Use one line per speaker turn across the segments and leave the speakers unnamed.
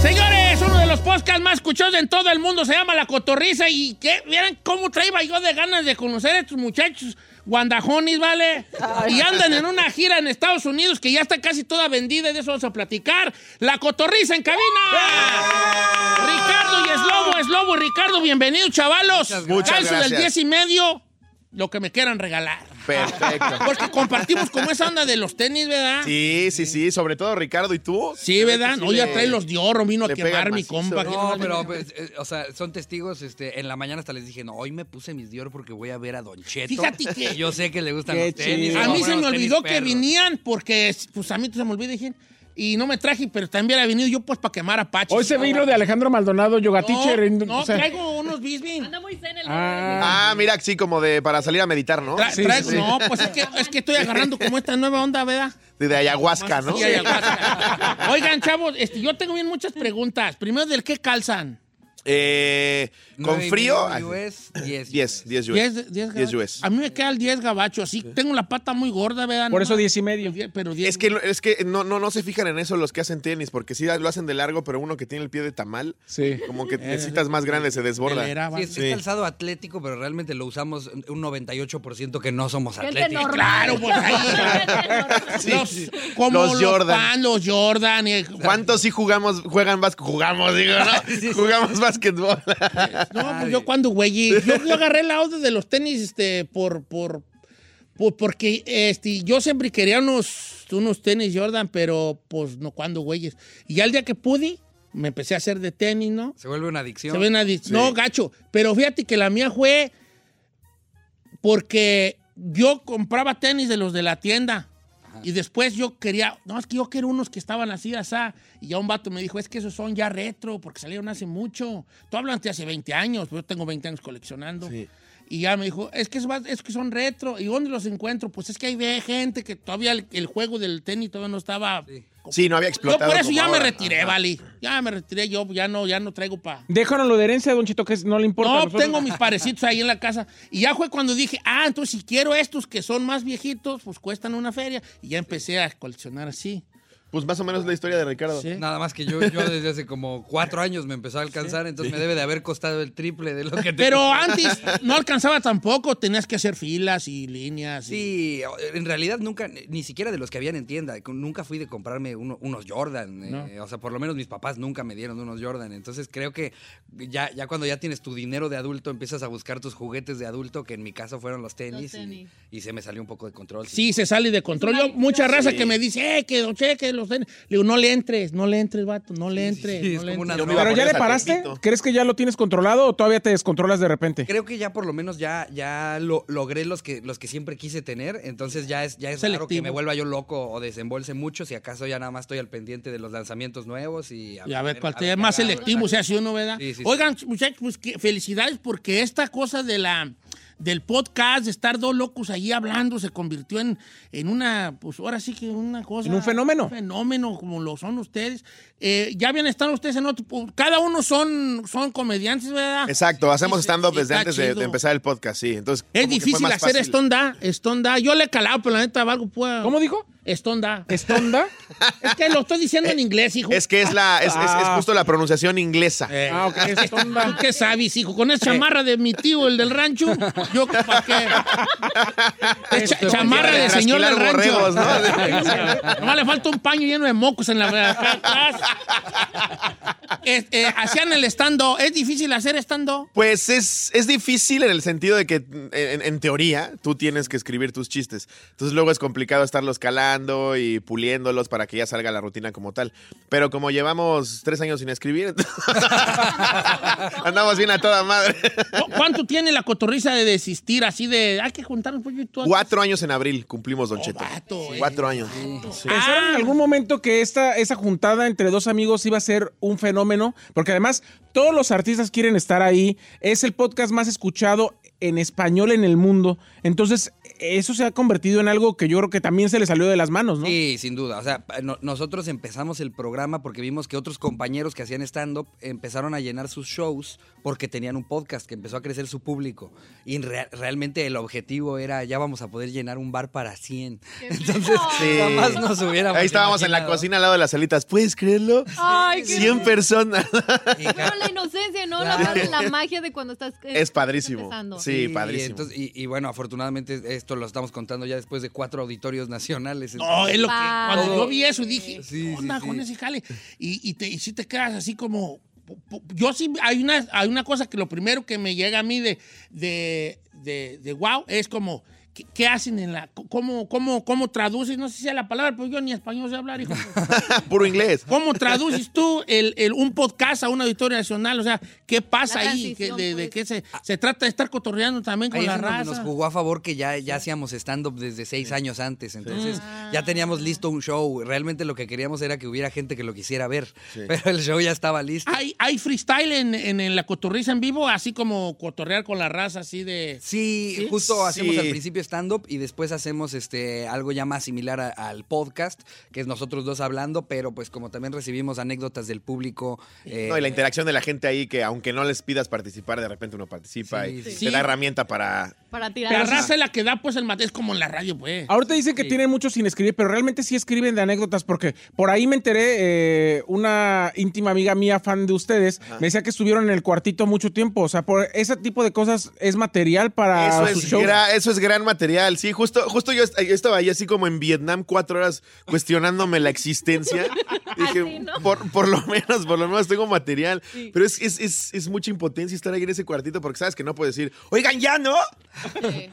Señores, uno de los podcasts más escuchados en todo el mundo se llama La Cotorriza y que vieran cómo traía yo de ganas de conocer a estos muchachos guandajones, ¿vale? Y andan en una gira en Estados Unidos que ya está casi toda vendida y de eso vamos a platicar. La Cotorriza en cabina. Ricardo y Eslobo, Eslobo y Ricardo, bienvenidos, chavalos.
muchas
Calzo del
gracias.
10 y medio, lo que me quieran regalar.
Perfecto.
Porque compartimos como esa onda de los tenis, ¿verdad?
Sí, sí, sí, sobre todo Ricardo y tú.
Sí, ¿verdad? No, ya
le-
trae los Dior, vino a
le
quemar
pegan
mi
macizo,
compa.
¿no?
que
No,
vale
pero, pues, eh, o sea, son testigos. Este, en la mañana hasta les dije, no, hoy me puse mis Dior porque voy a ver a Don Cheto.
Fíjate que-
Yo sé que le gustan
Qué
los tenis.
chido.
A
no,
mí
bueno,
se me
los tenis
olvidó que
perros.
venían porque, pues a mí se me olvidó, dije, y no me traje, pero también había venido yo pues para quemar a Pachi.
Hoy se vino de Alejandro Maldonado, Yoga Teacher.
No,
en-
no
o sea,
traigo unos bisbis.
Anda muy zen el
ah,
Ah, mira, sí, como de para salir a meditar, ¿no?
Tra-
Sí,
traigo-
sí, sí.
No, pues es que, es que estoy agarrando como esta nueva onda, ¿verdad?
De, de ayahuasca, ¿no?
Sí, ayahuasca. Oigan, chavos, este, yo tengo bien muchas preguntas. Primero, ¿del qué calzan?
Eh, con
Nueve y
frío.
medio US, 10.
10, 10 US.
10, 10
10
gabacho.
US.
A mí me queda el 10 gabacho, así. Tengo la pata muy gorda, ¿verdad?
por
Ah, No
eso
más.
10 y medio.
Pero 10.
Es que, es que no, no, no se fijan en eso los que hacen tenis, porque sí lo hacen de largo, pero uno que tiene el pie de tamal,
Sí.
como
Eh,
que necesitas más grande, se desborda.
Telera, va.
Sí, es, es
Sí.
calzado atlético, pero realmente lo usamos un 98% que no somos
Gente
atléticos.
normal.
Claro, pues ahí. Los,
Sí.
como
Los
los,
Jordan.
Pan, los Jordan. eh,
¿Cuántos sí jugamos, juegan básquet? Jugamos, digo, ¿no? Jugamos básquetbol.
No, pues yo cuando, güey, yo, yo agarré la onda de los tenis, este, por, por, por- porque, este, yo siempre quería unos, unos tenis Jordan, pero, pues, no cuando, güeyes. Y ya el día que pude, me empecé a hacer de tenis, ¿no?
Se vuelve una adicción.
Se ven a dis- No, gacho, pero fíjate que la mía fue porque yo compraba tenis de los de la tienda. Y después yo quería, no, es que yo quería unos que estaban así, asá. Y ya un vato me dijo, es que esos son ya retro, porque salieron hace mucho. Tú hablaste hace 20 años, pero yo tengo 20 años coleccionando. Y ya me dijo, es que, esos va- es que son retro. ¿Y dónde los encuentro? Pues es que ahí ve gente que todavía el, el juego del tenis todavía no estaba...
Sí, no había
Yo
explotado.
por eso
como
ya me
ahora.
retiré, Vali. Ya me retiré, yo ya no, ya no traigo para...
Déjanos lo de herencia, Don Chito, que no le importa.
No,
Nosotros-
tengo mis parecitos ahí en la casa. Y ya fue cuando dije, ah, entonces si quiero estos que son más viejitos, pues cuestan una feria. Y ya empecé a coleccionar así.
Pues más o menos la historia de Ricardo.
Sí.
Nada más que yo, yo desde hace como cuatro años me empezó a alcanzar, entonces me debe de haber costado el triple de lo que te
Pero
costó.
antes no alcanzaba tampoco, tenías que hacer filas y líneas. y-
Sí, eh, en realidad nunca, ni siquiera de los que habían en tienda, nunca fui de comprarme uno- unos Jordan. eh, o sea, por lo menos mis papás nunca me dieron unos Jordan. Entonces creo que ya, ya cuando ya tienes tu dinero de adulto, empiezas a buscar tus juguetes de adulto, que en mi caso fueron los tenis.
Los
y-
tenis.
Y, se me salió un poco de control.
Sí, se sale de control. Yo, mucha raza que me dice, eh, que cheque los tenis. Le digo, no le entres, no le entres, vato, no le entres.
sí, es
no le
como una
entres".
droga.
Pero
Voy
ya
a
le
poner
paraste.
satélite.
¿Crees que ya lo tienes controlado o todavía te descontrolas de repente?
Creo que ya por lo menos ya, ya lo, logré los que, los que siempre quise tener, entonces ya es, ya es raro que
Selectivo.
me vuelva yo loco o desembolse mucho, si acaso ya nada más estoy al pendiente de los lanzamientos nuevos y
Y a ver, cuál te-
ver qué
es más
agarro,
selectivo,
exacto.
se hace uno, ¿verdad?
Sí, sí, sí.
Oigan, muchachos, pues que- felicidades porque esta cosa de la del podcast, de estar dos locos ahí hablando, se convirtió en, en una, pues ahora sí que una cosa.
En un fenómeno.
Un fenómeno como lo son ustedes. Eh, ya habían estado ustedes en otro, cada uno son, son comediantes, ¿verdad?
Exacto, hacemos
Sí, sí,
stand-up
sí,
desde
está
antes de,
chido.
de empezar el podcast, sí. Entonces, como
Es
que fue
difícil
más
hacer
fácil.
estonda, estonda. Yo le he calado, pero la neta, algo puedo.
¿Cómo dijo?
Estonda.
¿Estonda?
Es que lo estoy diciendo en inglés, hijo.
Es que es la Ah, es, es- es justo la pronunciación inglesa.
Ah. Eh,
Ah, ok,
¿Tú
estonda.
qué sabes, hijo? Con esa chamarra de mi tío, el del rancho, yo para qué. Es
Este,
cha- chamarra de señor del
Trasquilar
rancho.
borregos, ¿no?
Nomás le falta un paño lleno de mocos en la acá atrás. Es- eh, hacían el estando. ¿Es difícil hacer estando?
Pues es, es difícil en el sentido de que, en, en teoría, tú tienes que escribir tus chistes. Entonces luego es complicado estarlos calando y puliéndolos para que ya salga la rutina como tal. Pero como llevamos tres años sin escribir, andamos bien a toda madre.
¿Cu- ¿Cuánto tiene la cotorriza de desistir así de hay que juntarnos pues, yo y tú?
Cuatro años en abril cumplimos, Don Cheto.
vato, Ah, eh.
Cuatro años.
¿Pensaron en algún momento que esta, esa juntada entre dos amigos iba a ser un fenómeno? Porque además todos los artistas quieren estar ahí. Es el podcast más escuchado en español en el mundo. Entonces, eso se ha convertido en algo que yo creo que también se le salió de las manos, ¿no?
Sí, sin duda. O sea, pa- no- nosotros empezamos el programa porque vimos que otros compañeros que hacían stand-up empezaron a llenar sus shows porque tenían un podcast que empezó a crecer su público. Y en rea- realmente el objetivo era ya vamos a poder llenar un bar para 100. Entonces,
Sí.
jamás Este, nos hubiéramos
Ahí estábamos en la
imaginado.
cocina al lado de las alitas. ¿Puedes creerlo?
Ay, qué
100 personas.
Y
Pero
ca-
la inocencia, ¿no?
Claro.
La, la magia de cuando estás. eh,
Es padrísimo.
empezando.
Sí,
y
padrísimo.
entonces- y, y bueno, afortunadamente esto lo estamos contando ya después de cuatro auditorios nacionales.
No, es lo que.
Wow.
Cuando yo vi eso dije,
Sí,
¿qué onda
sí, sí.
con ese jale? Y, y te, y sí te quedas así como. pu- pu- Yo sí, hay una, hay una cosa que lo primero que me llega a mí de, de, de, de wow es como. ¿Qué, qué hacen en la.? ¿Cómo, cómo, cómo traduces? No sé si sea la palabra, pues yo ni español sé hablar, hijo.
Puro inglés.
¿Cómo traduces tú el, el- un podcast a una auditorio nacional? O sea, ¿qué pasa
La
ahí? ¿Qué-
transición,
de, de
pues.
qué se, se trata de estar cotorreando también con
Ahí
la
es en donde nos
raza?
jugó a favor que ya, ya hacíamos stand-up desde seis años antes. Entonces
Ah.
ya teníamos listo un show. Realmente lo que queríamos era que hubiera gente que lo quisiera ver. Pero el show ya estaba listo.
¿Hay, hay freestyle en, en- en la cotorriza en vivo? Así como cotorrear con la raza, así de...
Sí, justo hacemos
Sí.
al principio stand-up y después hacemos este algo ya más similar a- al podcast, que es nosotros dos hablando, pero pues como también recibimos anécdotas del público. eh,
No, y la interacción de la gente ahí, que aunque no les pidas participar, de repente uno participa
Sí,
y
sí.
te
Sí.
da herramienta para.
Para tirar.
La raza es la que da pues el mate, es como en la radio, pues.
Ahorita dicen que tienen mucho sin escribir, pero realmente sí escriben de anécdotas, porque por ahí me enteré, eh, una íntima amiga mía, fan de ustedes, me decía que estuvieron en el cuartito mucho tiempo. O sea, por ese tipo de cosas es material para
Eso
su
es,
show.
gra- eso es gran material. Sí, justo, justo yo, est- yo estaba ahí así como en Vietnam cuatro horas cuestionándome la existencia. Y dije,
Así, ¿no?
por, por lo menos, por lo menos tengo material. Pero es, es, es- es mucha impotencia estar ahí en ese cuartito porque sabes que no puedes decir, oigan, ya no,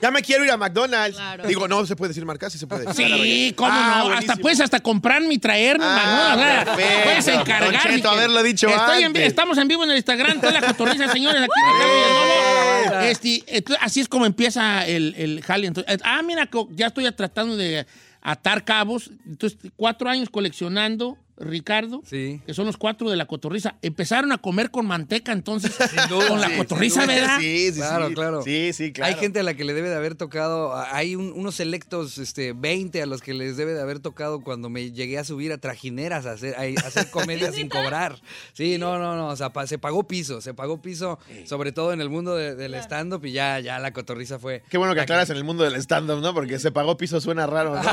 ya me quiero ir a McDonald's.
Claro.
Digo, no, se puede decir marcas, sí se puede.
Sí, cómo
Ah,
no.
buenísimo.
Hasta puedes hasta comprarme y traerme,
Ah,
mano, o sea,
perfecto.
Puedes encargar.
Don
mi
Cheto,
que-
haberlo dicho
Estoy en vi-
antes.
estamos en vivo en el Instagram, toda la cotorriza, señores, aquí en el Cabo y el Lobo. Este, esto- así es como empieza el, el jale. Entonces, eh, ah, mira, co- ya estoy tratando de atar cabos. Entonces, cuatro años coleccionando. Ricardo,
Sí.
que son los cuatro de la cotorriza, empezaron a comer con manteca entonces,
duda,
con la
sí, sin
cotorriza,
duda.
¿verdad?
Sí, sí, sí.
Claro, claro.
Sí, sí, claro.
Hay gente a la que le debe de haber tocado, a- hay un- unos selectos este, 20 a los que les debe de haber tocado cuando me llegué a subir a trajineras a hacer, a- a hacer comedia sin cobrar. Sí, no, no, no, o sea, pa- se pagó piso, se pagó piso, sobre todo en el mundo de- del stand-up y ya, ya la cotorriza fue.
Qué bueno que
la
aclaras en el mundo del stand-up, ¿no? Porque se pagó piso suena raro, ¿no?
Yo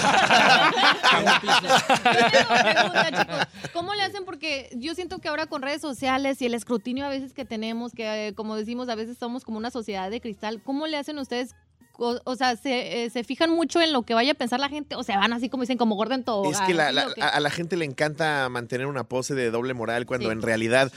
tengo pregunta, chicos. ¿Cómo le hacen? Porque yo siento que ahora con redes sociales y el escrutinio a veces que tenemos, que eh, como decimos, a veces somos como una sociedad de cristal, ¿cómo le hacen ustedes? O, o sea, se, eh, se fijan mucho en lo que vaya a pensar la gente, o sea, van así como dicen, como Gordon todo.
Es que, la- la- a, a la gente le encanta mantener una pose de doble moral cuando
Sí.
en realidad.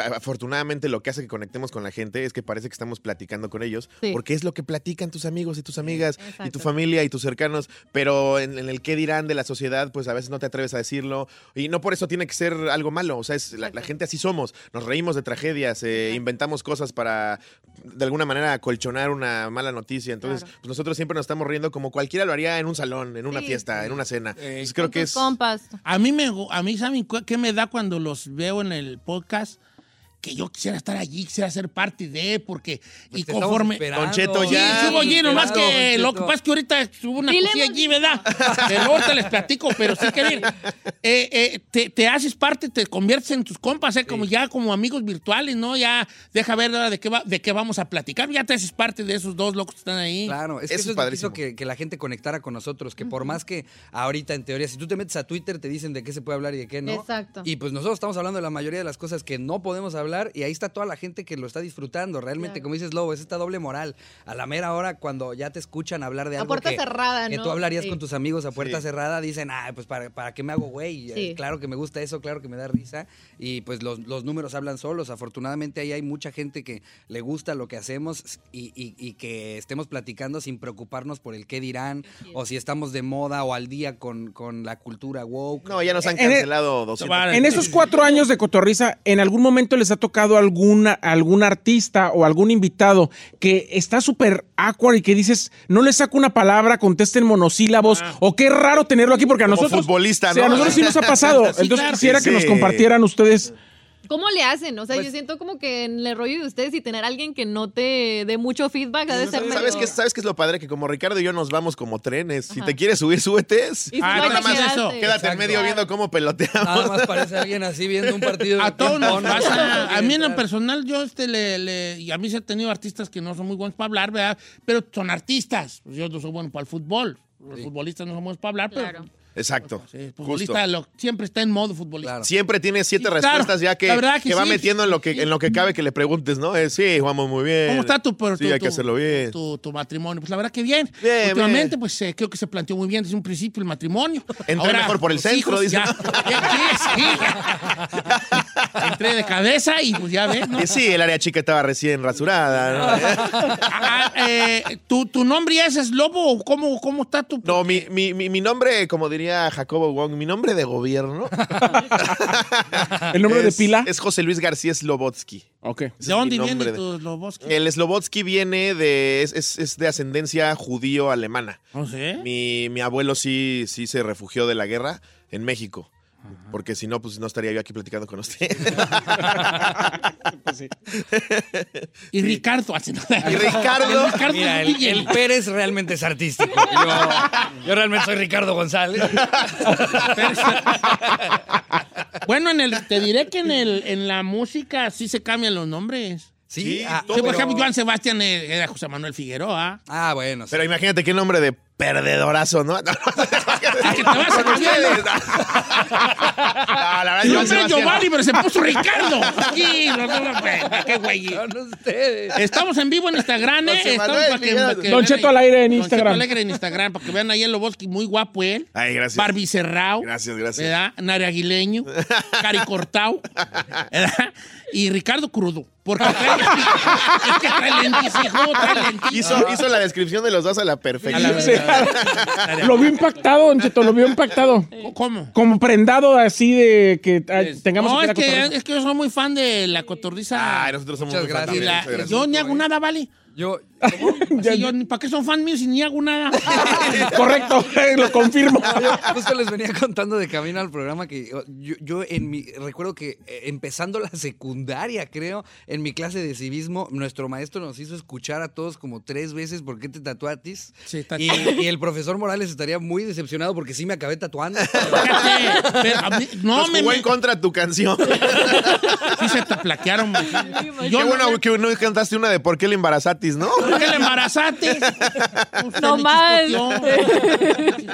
a- Afortunadamente lo que hace que conectemos con la gente es que parece que estamos platicando con ellos,
Sí.
porque es lo que platican tus amigos y tus amigas y tu
exacto.
familia y tus cercanos, pero en, en el qué dirán de la sociedad, pues a veces no te atreves a decirlo y no por eso tiene que ser algo malo, o sea, es, la, la gente así somos, nos reímos de tragedias, eh, inventamos cosas para de alguna manera acolchonar una mala noticia, entonces
Claro.
pues nosotros siempre nos estamos riendo como cualquiera lo haría en un salón, en una
Sí.
fiesta, en una cena. Entonces,
Creo
creo que es...
Compas.
A mí me gu- a mí saben cu- qué me da cuando los veo en el podcast que yo quisiera estar allí, quisiera ser parte de, porque.
Pues
y
te estamos
conforme.
esperando.
Don Cheto,
Sí,
ya,
subo allí, nomás
Esperado,
que
Don
lo que
Cheto.
pasa es que ahorita subo una
Dile,
cosilla
Don
allí, ¿verdad? Pero ahorita les platico, pero sí que bien. Eh, eh, te, te haces parte, te conviertes en tus compas, ¿eh? como ya como amigos virtuales, ¿no? Ya deja ver ahora de qué, va- de qué vamos a platicar. Ya te haces parte de esos dos locos que están ahí.
Claro, es que eso
Eso es
es lo que hizo
padrísimo.
que, que la gente conectara con nosotros, que por más que ahorita en teoría, si tú te metes a Twitter te dicen de qué se puede hablar y de qué no.
Exacto.
Y pues nosotros estamos hablando de la mayoría de las cosas que no podemos hablar y ahí está toda la gente que lo está disfrutando. Realmente,
Claro.
como dices Lobo, es esta doble moral. A la mera hora, cuando ya te escuchan hablar de
A
algo
puerta
que,
cerrada,
que
¿no?
tú hablarías
Sí.
con tus amigos a puerta
Sí.
cerrada, dicen, ah, pues para, para qué me hago güey. Eh,
Sí.
Claro que me gusta eso, claro que me da risa. Y pues los, los números hablan solos. Afortunadamente ahí hay mucha gente que le gusta lo que hacemos y, y- y que estemos platicando sin preocuparnos por el qué dirán o si estamos de moda o al día con, con la cultura woke. Eh,
No, ya nos han
En el-
cancelado 200.
En esos cuatro años de Cotorriza, ¿en algún momento les ha tocado alguna, algún artista o algún invitado que está súper awkward y que dices, no le saco una palabra, contesten monosílabos, o qué raro tenerlo aquí porque a
Como
nosotros...
futbolista,
Sí, a
¿no?
nosotros sí nos ha pasado.
Sí,
Entonces
claro.
quisiera que
Sí.
nos compartieran ustedes.
¿Cómo le hacen? O sea,
Pues-
yo siento como que en el rollo de ustedes y tener a alguien que no te dé mucho feedback ha de ser
¿Sabes
medio-
qué, ¿Sabes qué es lo padre? Que como Ricardo y yo nos vamos como trenes. Si te quieres subir, súbete.
Y si
Ah,
no, ahí
nada
te
más
quedaste.
eso.
Quédate en
Exacto.
medio viendo cómo peloteamos.
Nada más parece alguien así viendo un partido. de
A todos nos
ping-pong, ¿no?
pasa. A mí en lo
Entrar.
personal, yo este le, le- Y a mí se han tenido artistas que no son muy buenos para hablar, ¿verdad? Pero son artistas. Pues Yo no soy bueno para el fútbol. Los futbolistas no son buenos para hablar, pero.
Claro.
Exacto.
Sí, el
Justo.
futbolista lo- siempre está en modo futbolista.
Claro.
Siempre tiene siete
Sí, claro.
respuestas ya que,
La verdad que
que va
sí.
metiendo en lo que, en lo que cabe que le preguntes, ¿no? Eh, sí, jugamos muy bien.
¿Cómo está tu, tu-
Sí, hay
tu-
que hacerlo bien.
Tu, tu matrimonio. Pues la verdad que bien.
Bien,
Últimamente,
bien.
pues eh, creo que se planteó muy bien desde un principio el matrimonio.
Entré mejor por el
los
centro,
hijos,
dicen.
ya. Sí, sí. Entré de cabeza y pues ya ves, ¿no?
Y sí, el área chica estaba recién rasurada. ¿no?
Ah, eh, ¿tu, tu nombre es, es Lobo o cómo, cómo está tu...?
No, mi, mi, mi, mi nombre, como diría Jacobo Wong, mi nombre de gobierno.
¿El nombre de
es-
pila?
Es José Luis García Slobotsky.
Ok.
Ese
¿De
es mi
dónde viene
nombre de-
tu Lobos?
El Slobotsky viene de. Es, es- es de ascendencia judío-alemana.
No sé.
Mi, mi abuelo sí, sí se refugió de la guerra en México. Porque si no, pues no estaría yo aquí platicando con usted.
Y Ricardo. así, ¿no?
Y Ricardo.
El Ricardo
Mira,
es un
el,
DJ.
el Pérez realmente es artístico. Yo, yo realmente soy Ricardo González.
Bueno, en el, te diré que en, el, en la música sí se cambian los nombres.
Sí,
Sí,
ah,
todo.
Sí, por
pero-
ejemplo, Joan Sebastián eh, era José Manuel Figueroa.
ah, bueno. sí.
Pero imagínate qué nombre de perdedorazo, ¿no? No,
que te vas a
Con
cambiar.
ustedes. No, la verdad, Joan
Yo nombre es
Sebastián.
Giovanni, pero se puso Ricardo. Sí, no, no, no, güey, qué güey.
Son ustedes.
Estamos en vivo en Instagram, ¿eh?
José
Estamos
Manuel
para que-
Figueroa.
para que
Don
vean
Cheto
ahí.
al aire en
Don
Instagram.
Cheto Alegre en Instagram, para que vean ahí el Loboski, muy guapo él.
Ay, gracias.
Barbie Serrao.
Gracias, gracias.
¿Verdad? Nari Aguileño, Cari Cortau, ¿verdad? Y Ricardo Crudo. Porque trae, es que trae lentis, hijo, trae lentis.
Hizo, hizo la descripción de los dos a la
A la
perfección.
Sí. lo vio impactado, Don Cheto, lo vio impactado.
¿Cómo?
Como prendado así de que ah, tengamos
no,
que
es
ir a Cotorriza.
que, es que yo soy muy fan de la cotorriza.
Ay, nosotros somos
Muchas
muy fan
gracias.
también,
Y la-
muchas gracias.
yo ni hago nada, ¿vale?
Yo,
Ya-
Sí, yo ni- ¿Para qué son fan míos si ni hago nada?
Correcto, lo confirmo.
yo justo les venía contando de camino al programa que yo, yo- yo en mi recuerdo que eh, empezando la secundaria, creo, en mi clase de civismo, nuestro maestro nos hizo escuchar a todos como tres veces por qué te tatuatis.
Sí, tatu-
y, y el profesor Morales estaría muy decepcionado porque sí me acabé tatuando.
Fíjate, pero a mí- no
Nos
me,
jugó
me
en contra de tu canción.
sí se te plaquearon. güey.
Qué
Yo no-
bueno que no cantaste una de por qué le embarazatis, ¿no?
¿Por qué le embarazaste?
No más.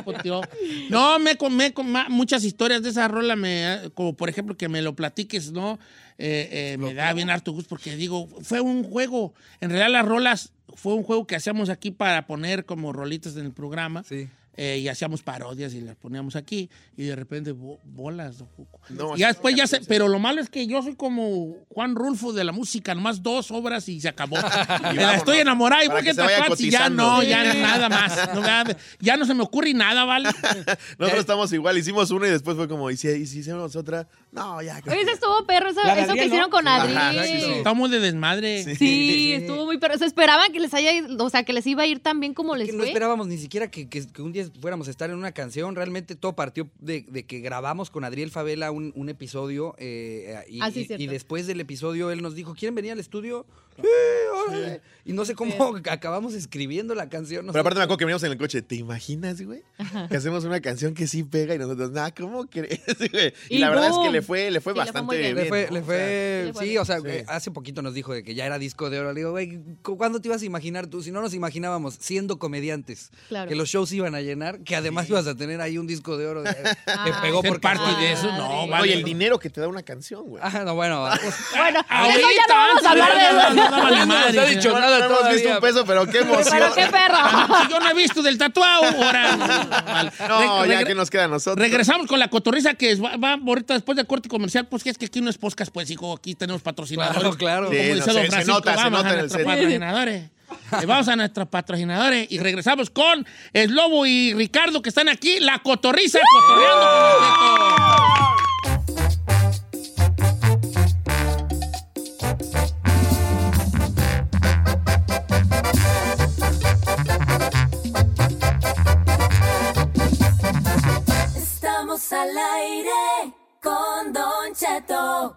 No, no me, con- me con- ma- muchas historias de esa rola, me, eh, como por ejemplo que me lo platiques, ¿no? Eh, eh, me da bien harto gusto porque digo, fue un juego, en realidad las rolas fue un juego que hacíamos aquí para poner como rolitas en el programa.
Sí.
Eh, y hacíamos parodias y las poníamos aquí y de repente bo- bolas. don Cuco.
No,
Y ya
es
después ya se, pero lo malo es que yo soy como Juan Rulfo de la música, nomás dos obras y se acabó. Me la
vámonos.
estoy enamorada y
Para
voy
que
que
se vaya
tatuar y ya
cotizando.
no,
Sí.
ya nada más. No, ya, ya no se me ocurre nada, ¿vale?
Nosotros estamos igual, hicimos una y después fue como, ¿y si, y si hicimos otra? No, ya. creo
Oye,
que-
ese estuvo perro, eso,
La de
eso
Adrián,
que hicieron
¿no?
con Adri.
Ajá,
sí,
sí, sí.
Estamos de desmadre.
estuvo muy perro. Se esperaban que les haya ido, o sea, que les iba a ir tan bien como les
Que no
fue.
esperábamos ni siquiera que, que- que un día Reyes fuéramos a estar en una canción. Realmente todo partió de, de que grabamos con Adriel Favela un, un episodio eh, y,
Ah, sí,
y-
cierto.
y después del episodio él nos dijo, ¿quieren venir al estudio? Sí, órale. Y no sé cómo acabamos escribiendo la canción.
Pero aparte me
nosotros.
acuerdo que veníamos en el coche. ¿Te imaginas, güey? Que hacemos una canción que sí pega y nosotros, nah, ¿cómo crees, güey? Y,
Y
la verdad es que
boom.
le fue, le fue
Sí, le fue
bastante
muy bien.
bien.
Le fue,
¿no?
le
O sea,
fue,
Sí, le fue
sí,
bien.
o sea,
Sí.
eh, hace poquito nos dijo de que ya era disco de oro. Le digo, güey, ¿cu- ¿cuándo te ibas a imaginar tú? Si no nos imaginábamos siendo comediantes,
Claro.
que los shows iban a llenar, que además ibas a tener ahí un disco de oro. de-
Ah,
que pegó
Ser
por
parte
casualidad.
de eso, no,
Madre.
No,
vale.
y el dinero que te da una canción, güey.
Ah, no, bueno.
Bueno,
Ahorita,
de eso ya no vamos a hablar de
antes, no, no, no, vale
Ya no nos
madre.
ha dicho
No,
nada
no hemos visto
todavía.
un peso, pero qué emoción.
Pero qué perro.
Ah, si yo no he visto del tatuado, ahora. Vale.
No,
Re-
ya
regre-
que nos queda a nosotros.
Regresamos con la cotorriza que es- va, va ahorita después del corte comercial, pues que es que aquí no es podcast, pues hijo, aquí tenemos patrocinadores.
Claro, claro.
Como
Sí,
dice
no,
don
se- se
Francisco
nota, se
Obama,
nota
a
en el
nuestros
set.
patrocinadores. Eh, Vamos a nuestros patrocinadores y regresamos con el Lobo y Ricardo que están aquí, la cotorriza cotorreando. con nosotros.
Estamos al aire con Don Cheto.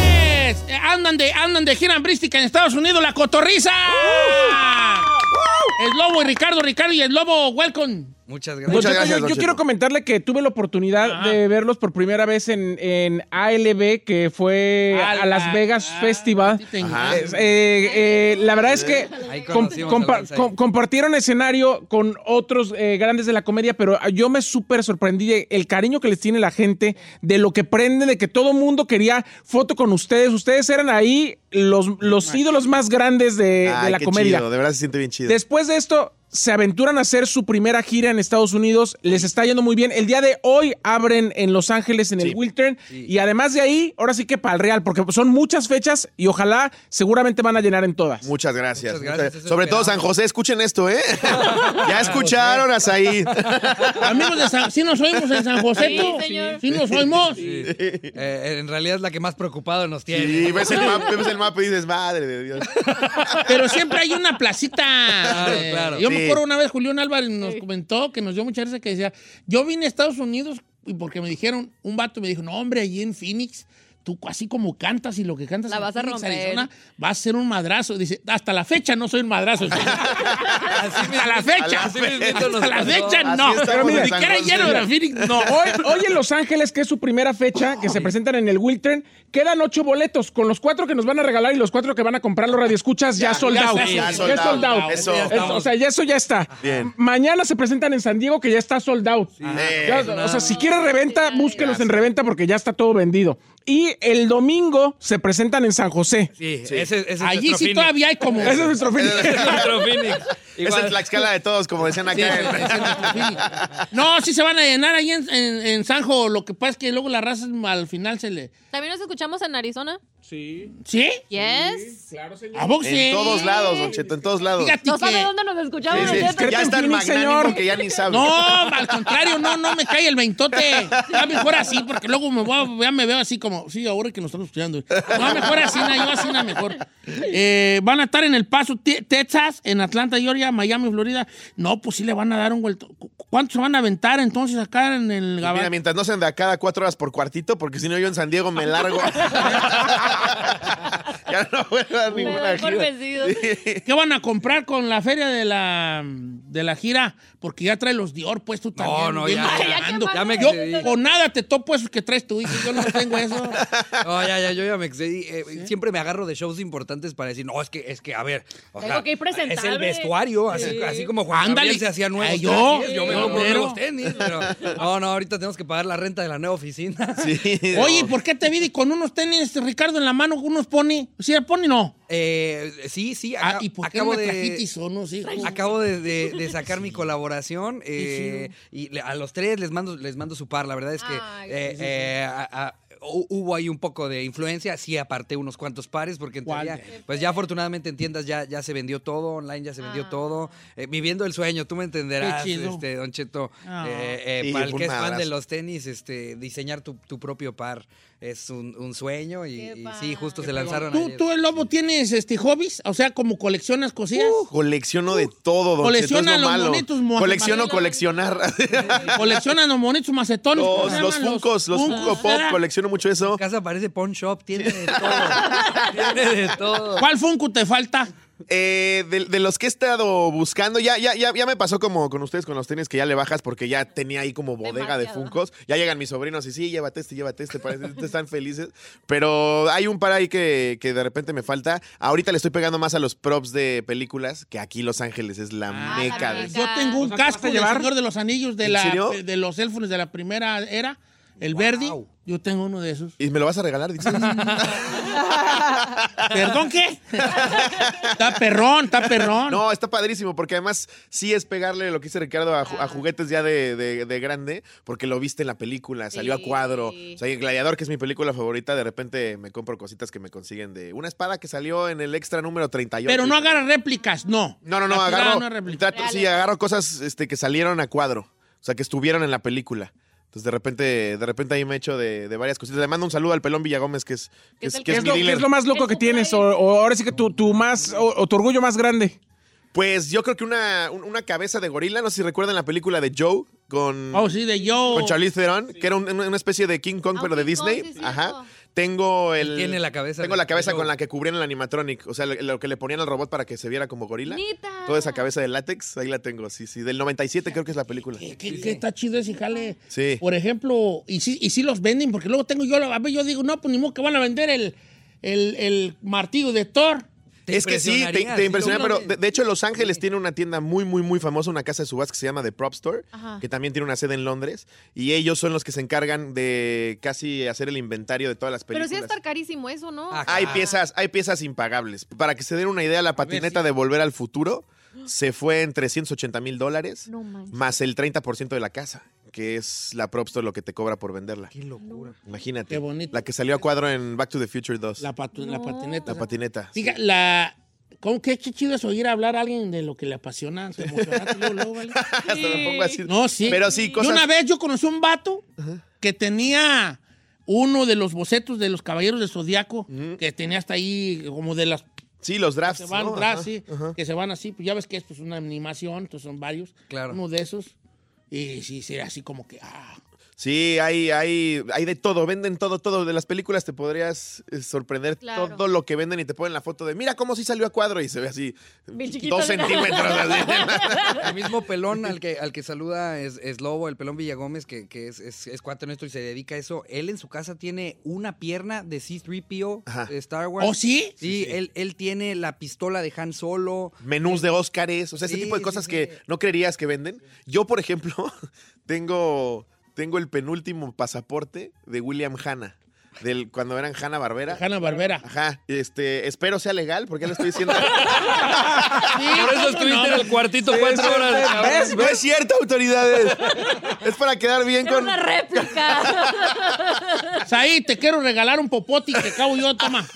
Yes. Eh, Andan de, andan de gira hambrística en Estados Unidos, la cotorriza. El Lobo y Ricardo, Ricardo y el Lobo, welcome.
Muchas
Don
gracias.
Cheto,
gracias,
Pues yo,
don
yo
Cheto.
quiero comentarle que tuve la oportunidad
Ajá.
de verlos por primera vez en, en ALB, que fue a Las Vegas
ah,
Festival.
Ajá.
Eh, eh, eh, la verdad es que
Ahí
com-
conocimos
compa-
a Lanza.
com- compartieron escenario con otros eh, grandes de la comedia, pero yo me súper sorprendí de el cariño que les tiene la gente, de lo que prende, de que todo mundo quería foto con ustedes. Ustedes eran ahí los, los ídolos más grandes de, de
Ay,
la
qué
comedia.
chido, de verdad se siente bien chido.
Después de esto, se aventuran a hacer su primera gira en Estados Unidos. Les está yendo muy bien. El día de hoy abren en Los Ángeles, en
Sí.
el Wiltern.
Sí.
Y además de ahí, ahora sí que para el Real, porque son muchas fechas y ojalá seguramente van a llenar en todas.
Muchas gracias.
Muchas gracias, eso
Sobre todo
esperamos.
San José, escuchen esto, ¿eh? ya escucharon hasta ahí.
Amigos de San sí nos oímos en San José,
Sí,
tú?
señor.
Sí nos oímos.
Sí. Eh, en realidad es la que más preocupado nos tiene.
Y ves el, mapa, ves el mapa y dices, madre de Dios.
Pero siempre hay una placita.
Claro,
eh,
claro.
Yo
Sí.
me acuerdo una vez, Julián Álvarez nos comentó que nos dio mucha risa que decía, yo vine a Estados Unidos y porque me dijeron, un vato me dijo, no, hombre, allí en Phoenix, tú así como cantas y lo que cantas
La
en
vas a
Phoenix,
romper.
va a ser un madrazo. Dice, hasta la fecha no soy un madrazo. hasta la fecha.
Así mismito nos
Hasta la
pasó.
fecha
Así
no.
estamos
Pero
en
Ni
San
siquiera
José.
lleno de Phoenix, no.
Hoy, hoy en Los Ángeles, que es su primera fecha, que se presentan en el Wiltern, quedan ocho boletos, con los cuatro que nos van a regalar y los cuatro que van a comprar los radioescuchas ya, sold
ya
out.
sold
Ya
out.
sold
Ya sold
out.
out.
Eso.
Ya
Es- o sea, ya eso ya está.
Bien.
Mañana se presentan en San Diego, que ya está sold out.
Eh,
Ya, o sea, si quieres reventa, búsquelos en reventa porque Ah, ya está todo vendido. Y el domingo se presentan en San José.
Sí, Ese, ese es
Allí
nuestro
sí
Phoenix.
todavía hay como...
Ese es nuestro fin.
Ese es nuestro Phoenix.
Esa
Igual.
es la escala de todos, como decían
Sí,
acá.
sí, sí, sí, sí. No, sí se van a llenar ahí en, en, en Sanjo. Lo que pasa es que luego la raza al final se le.
También nos escuchamos en Arizona.
Sí,
¿Sí?
Yes.
claro, señor.
A boxeo.
En todos lados, Don Cheto, en todos lados.
Fíjate
No sabe
que-
dónde nos escuchamos.
Sí, sí,
¿no?
Ya es tan
Phoenix,
magnánimo
señor.
que ya ni sabe.
No, al contrario, no, no me cae el veintote. Ya mejor así, porque luego me, voy a- ya me veo así como, sí, ahora que nos están estudiando. No, mejor así, na, yo así, na, mejor. Eh, van a estar en El Paso, Te- Texas, en Atlanta, Georgia, Miami, Florida. No, pues sí le van a dar un vuelto. ¿Cu- ¿Cuántos se van a aventar entonces acá en el
Mira,
Gabacho?
mientras no sean de a cada cuatro horas por cuartito, porque si no yo en San Diego me largo. Ya no vuelvo a
Me
ninguna
doy por
gira.
vencido.
¿Qué van a comprar con la feria de la, de la gira? Porque ya trae los Dior, pues tú también.
no,
bien
ya,
Ay,
ya,
mamando.
qué
ya me
mal.
Yo
excedí.
con nada te topo esos que traes tú, hijo. Yo no tengo eso.
No, ya, ya, yo ya me excedí. Eh, Siempre me agarro de shows importantes para decir, no, es que, es que, a ver. o
Tengo que ir presentable.
es el vestuario, así,
Sí.
así como Juan
Ándale.
Gabriel se hacía nuevos
Ay, yo,
trajes, yo me
yo,
compro
pero-
nuevos tenis. Pero, no, no, ahorita tenemos que pagar la renta de la nueva oficina.
Sí, no.
Oye, ¿por qué te vi con unos tenis, Ricardo, en la mano? ¿Unos pony? ¿Sí era pony? No.
Eh, sí, sí,
Ah,
acá-
¿Y por qué
acabo
no me
de...
trajiste sonos, hijo?
Acabo de, de- de sacar mi colaboración eh, y le- a los tres les mando, les mando su par. La verdad es que
Ay,
eh,
sí, sí,
eh, a- a- hu- hubo ahí un poco de influencia. Sí, aparté unos cuantos pares porque en
¿Cuál?
teoría, pues ya afortunadamente en tiendas ya, ya se vendió todo, online ya se vendió todo. Eh, viviendo el sueño, tú me entenderás,
Ah. Qué chido.
este, Don Cheto.
Ah.
Eh, eh,
Sí,
para el
fue
que es
un
fan de
madrazo.
los tenis, este, diseñar tu, tu propio par es un, un sueño y,
Qué
y sí, justo se lanzaron
¿Tú,
ayer.
tú, el lobo, tienes este, hobbies? O sea, como coleccionas cosillas.
Colecciono de todo, don
Colecciona
Cheto, es lo
los
malo.
bonitos mo-
Colecciono
Manuela.
coleccionar.
coleccionas los monitos macetones. ¿cómo
los,
se
los
llaman? Ah,
Funkos, los
Funkos,
Funko Pop,
¿verdad?
colecciono mucho eso.
Tu casa parece pawn shop, tiene de todo. tiene de todo.
¿Cuál Funko te falta?
Eh, de, de los que he estado buscando, ya, ya, ya, ya me pasó como con ustedes con los tenis que ya le bajas porque ya tenía ahí como bodega de
Demasiado.
Funcos. Ya llegan mis sobrinos y sí, llévate este, llévate este, parece que están felices. Pero hay un par ahí que, que de repente me falta. Ahorita le estoy pegando más a los props de películas, que aquí Los Ángeles es la
Ah,
la
meca de
meca.
Yo tengo un
O sea, ¿te
casco
vas a
del
llevar?
Señor de los Anillos de,
¿En
la,
serio?
de los elfos de la primera era, el verdi. Yo tengo uno de esos.
¿Y me lo vas a regalar? dices?
¿Perdón qué? está perrón, está perrón.
No, está padrísimo, porque además sí es pegarle lo que dice Ricardo a, ju- a juguetes ya de, de- de grande, porque lo viste en la película, salió a cuadro.
Sí.
O sea, y Gladiador, que es mi película favorita, de repente me compro cositas que me consiguen de una espada que salió en el extra número 38.
Pero no agarra réplicas, no.
No, no, no,
La tirada
agarro.
no es réplica.
trato- sí, agarro cosas este, que salieron a cuadro, o sea, que estuvieron en la película. Entonces, de repente, de repente ahí me echo de, de varias cositas. Le mando un saludo al Pelón Villagómez, que es, que
¿Qué
es,
tal
que
¿Qué
es
es,
mi
lo, qué
dealer.
es lo más loco que tienes? O, o ahora sí que tu, tu más, o, o tu orgullo más grande.
Pues yo creo que una, un- una cabeza de gorila, no sé si recuerdan la película de Joe con...
Oh, sí, de yo.
Con Charlize Theron, que era un- un- una especie de King Kong,
Ah,
pero de
King Kong,
Disney.
sí, es
Ajá.
cierto.
Tengo el.
tiene la cabeza
Tengo
de-
la cabeza
de-
con la que cubrían el animatronic. O sea, lo, lo que le ponían al robot para que se viera como gorila.
¡Nita!
Toda esa cabeza de látex, ahí la tengo. Sí, sí. Del 97 creo que es la película.
¿Qué, qué- qué está chido ese jale?
Sí.
Por ejemplo, y sí, y sí los venden, porque luego tengo yo, a ver, yo digo, no, pues ni modo que van a vender el, el, el martillo de Thor.
Te
es que sí, te,
impresionaría,
te
sí,
impresiona,
lo
pero
venden.
de, de hecho Los Ángeles tiene una tienda muy, muy, muy famosa, una casa de subas que se llama The Prop Store,
Ajá.
que también tiene una sede en Londres, y ellos son los que se encargan de casi hacer el inventario de todas las
Pero
películas.
sí va a estar carísimo eso, ¿no?
Ah,
Hay
Ah.
piezas, hay piezas impagables. Para que se den una idea, la patineta de Volver al Futuro se fue en 380 mil dólares,
No manches.
más el 30% de la casa, que es la Prop Store lo que te cobra por venderla.
Qué locura.
Imagínate.
Qué bonito.
La que salió a cuadro en Back to the Future 2.
La,
La,
patu- la patineta.
patineta.
Diga, la. ¿Cómo que qué chido es oír hablar a alguien de lo que le apasiona? Te emocionaste luego, luego, ¿vale?
Hasta me pongo así.
No, sí.
Pero sí,
Yo
cosas.
una vez yo conocí un vato que tenía uno de los bocetos de los caballeros del Zodíaco, que tenía hasta ahí como de las
Sí, los drafts.
se van
¿no?
atrás,
Ajá,
sí,
ajá.
que se van así, pues ya ves que esto es una animación, entonces son varios.
Claro.
Uno de esos. Y sí, sería así como que, ah,
Sí, hay, hay, hay de todo, venden todo, todo. De las películas te podrías eh, sorprender
Claro.
todo lo que venden y te ponen la foto de mira cómo sí salió a cuadro y se ve así
Bien chiquito.
dos centímetros así.
El mismo pelón al que, al que saluda es, es Lobo, el pelón Villagómez, que, que es, es, es cuate nuestro y se dedica a eso. Él en su casa tiene una pierna de
Ajá.
C-3PO de Star Wars.
¿Oh, sí?
Sí, Él, él tiene la pistola de Han Solo.
menús de Óscares, o sea, ese
Sí,
tipo de
sí,
cosas
sí.
que no creerías que venden. Yo, por ejemplo, tengo, tengo el penúltimo pasaporte de William Hanna, del cuando eran Hanna Barbera.
Hanna Barbera.
Ajá, este, espero sea legal, porque ya lo estoy diciendo.
Por eso estuviste en el cuartito cuatro horas. cabrón.
no es cierto, autoridades. Es para quedar bien
Era
con.
una réplica.
Saí, te quiero regalar un popote que acabo yo, toma.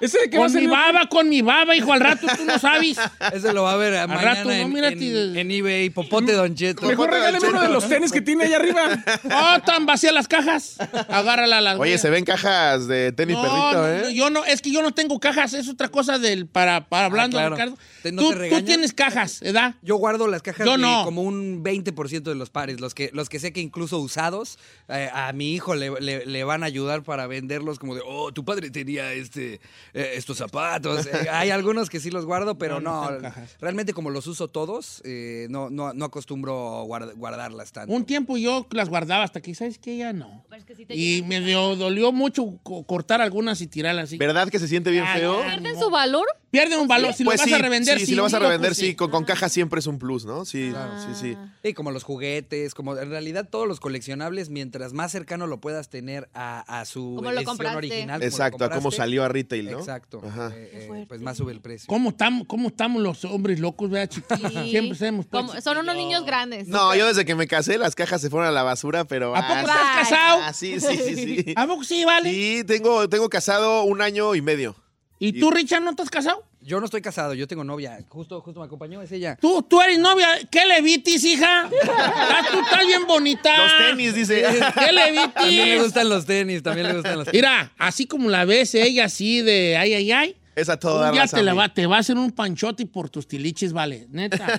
¿Ese de qué va a
Con mi
ser?
baba, con mi baba, hijo, al rato tú no sabes.
Ese lo va a ver mañana
rato, no,
en,
mírate.
en- en eBay. Popote Don Cheto.
Mejor regáleme uno de los tenis que tiene allá arriba.
Oh, tan vacías las cajas. Agarra párala las
Oye,
huellas.
se ven cajas de tenis
No,
perrito,
no,
¿eh?
no, yo no, es que yo no tengo cajas, es otra cosa del para, para hablando,
Ah, claro.
Ricardo.
Te- no
tú,
te regañan.
tú tienes cajas, ¿verdad?
Yo guardo las cajas
Yo
de
no.
como un 20% de los pares, los que, los que sé que incluso usados, eh, a mi hijo le, le- le van a ayudar para venderlos como de, oh, tu padre tenía este, eh, estos zapatos. Eh, hay algunos que sí los guardo, pero
No, no
no,
tengo cajas.
realmente como los uso todos, eh, no, no, no acostumbro guard- guardarlas tanto.
Un tiempo yo las guardaba hasta que, ¿sabes qué? Ya no.
Pero es que sí te
Y
llegan.
me dio- dolió mucho co- cortar algunas y tirarlas así.
¿Verdad que se siente bien
Ay,
feo?
ay,
¿Pierden su valor?
Pierde un valor. Si
Pues
lo vas
sí,
a revender,
sí,
sí. Ah.
si lo vas a
digo,
revender,
pues
sí. Con, con caja siempre es un plus, ¿no? Sí, sí, sí.
Y como los juguetes, como en realidad todos los coleccionables, mientras más cercano lo puedas tener a, a su
Como lo
edición
compraste.
original. como lo
Exacto, a cómo
compraste,
salió a retail, ¿no?
Exacto.
Ajá.
eh, eh,
fuerte.
pues más sube el precio.
¿Cómo estamos, ¿Cómo estamos los hombres locos, verdad, chiquillos?
Sí.
Siempre somos pues,
Como- son unos
chiquillos.
niños grandes.
No, yo desde que me casé las cajas se fueron a la basura, pero...
¿A poco
ah,
estás
Bye.
casado?
ah, sí, sí, sí, sí.
¿A poco sí, vale?
Sí, tengo, tengo casado un año y medio.
¿Y tú, Richard, no estás casado?
Yo no estoy casado, yo tengo novia. Justo, justo me acompañó, es ella.
¿Tú, tú eres novia? ¿Qué le vitis, hija? Estás- tú estás bien bonita.
Los tenis, dice.
¿Qué le
También le
vitis?
gustan los tenis, también le gustan los tenis.
Mira, así como la ves ella así de ay, ay, ay.
Esa toda
un día
la
te, la va, te va a hacer un panchote por tus tiliches, vale, neta.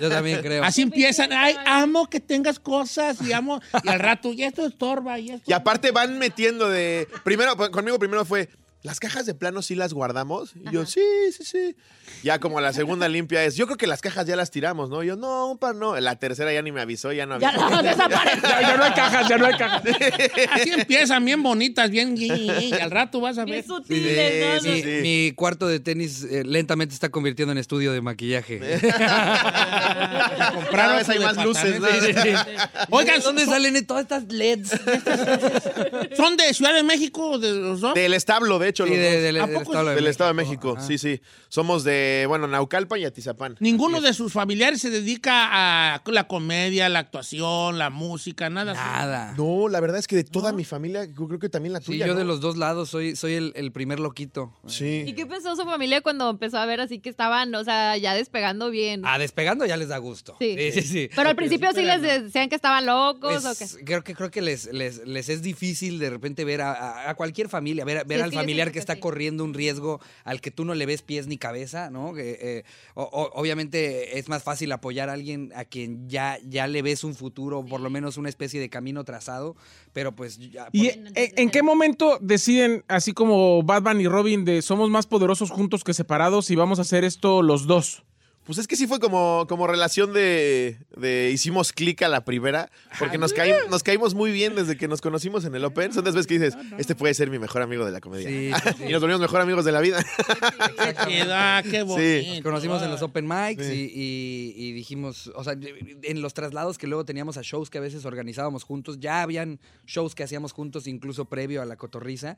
Yo también creo.
Así empiezan, ay, amo que tengas cosas y amo, y al rato, y esto estorba, y esto.
Y aparte van metiendo de. Primero, pues, conmigo primero fue. ¿Las cajas de plano sí las guardamos? Y yo, sí, sí, sí. Ya como la segunda limpia es, yo creo que las cajas ya las tiramos, ¿no? Y yo, no, un par no. La tercera ya ni me avisó, ya no avisó.
Ya la desaparece.
Ya, ya no hay cajas, ya no hay cajas.
Así empiezan, bien bonitas, bien, y, y- y al rato vas a ver.
Bien sutiles,
sí,
¿no?
mi,
sí.
mi cuarto de tenis eh, lentamente se está convirtiendo en estudio de maquillaje.
Cada vez hay más luces, ¿no?
Oigan,
¿dónde
¿son-
salen todas estas E LEDs?
¿son de Ciudad de México o de los dos?
Del establo, de hecho,
Sí,
los
de-
dos.
de-
¿A
del
poco
Estado de
del Estado de
México.
México.
Ajá.
Sí, sí. Somos de, bueno, Naucalpan y Atizapán.
Ninguno de sus familiares se dedica a la comedia, la actuación, la música, nada. así.
Nada.
No, la verdad es que de toda mi familia, yo creo que también la
Sí,
tuya.
yo
¿no?
de los dos lados soy, soy el, el primer loquito.
¿Y
Sí.
qué pensó su familia cuando empezó a ver así que estaban, o sea, ya despegando bien?
Ah, despegando ya les da gusto.
Sí.
sí, sí.
Pero al principio sí les decían que estaban locos o qué.
Pues, creo que creo que les, les, les es difícil de repente ver a, a- a cualquier familia, ver, ver
Sí,
al
sí, yo
familiar
siento
que
que
está
sí.
corriendo un riesgo al que tú no le ves pies ni cabeza, ¿no? Que, eh, o- o- obviamente es más fácil apoyar a alguien a quien ya, ya le ves un futuro, por lo menos una especie de camino trazado, pero pues ya,
¿Y e,
por-
en, en qué momento deciden, así como Batman y Robin, de somos más poderosos juntos que separados y vamos a hacer esto los dos?
Pues es que sí fue como, como relación de, de hicimos clic a la primera, porque nos, caí- nos caímos muy bien desde que nos conocimos en el Open. Son las veces que dices, este puede ser mi mejor amigo de la comedia.
Sí,
y nos volvimos mejor amigos de la vida.
Pues Qué chida, qué bonito.
Nos conocimos en los
Ay.
open mics y, y- y dijimos, o sea, en los traslados que luego teníamos a shows que a veces organizábamos juntos, ya habían shows que hacíamos juntos incluso previo a la cotorriza.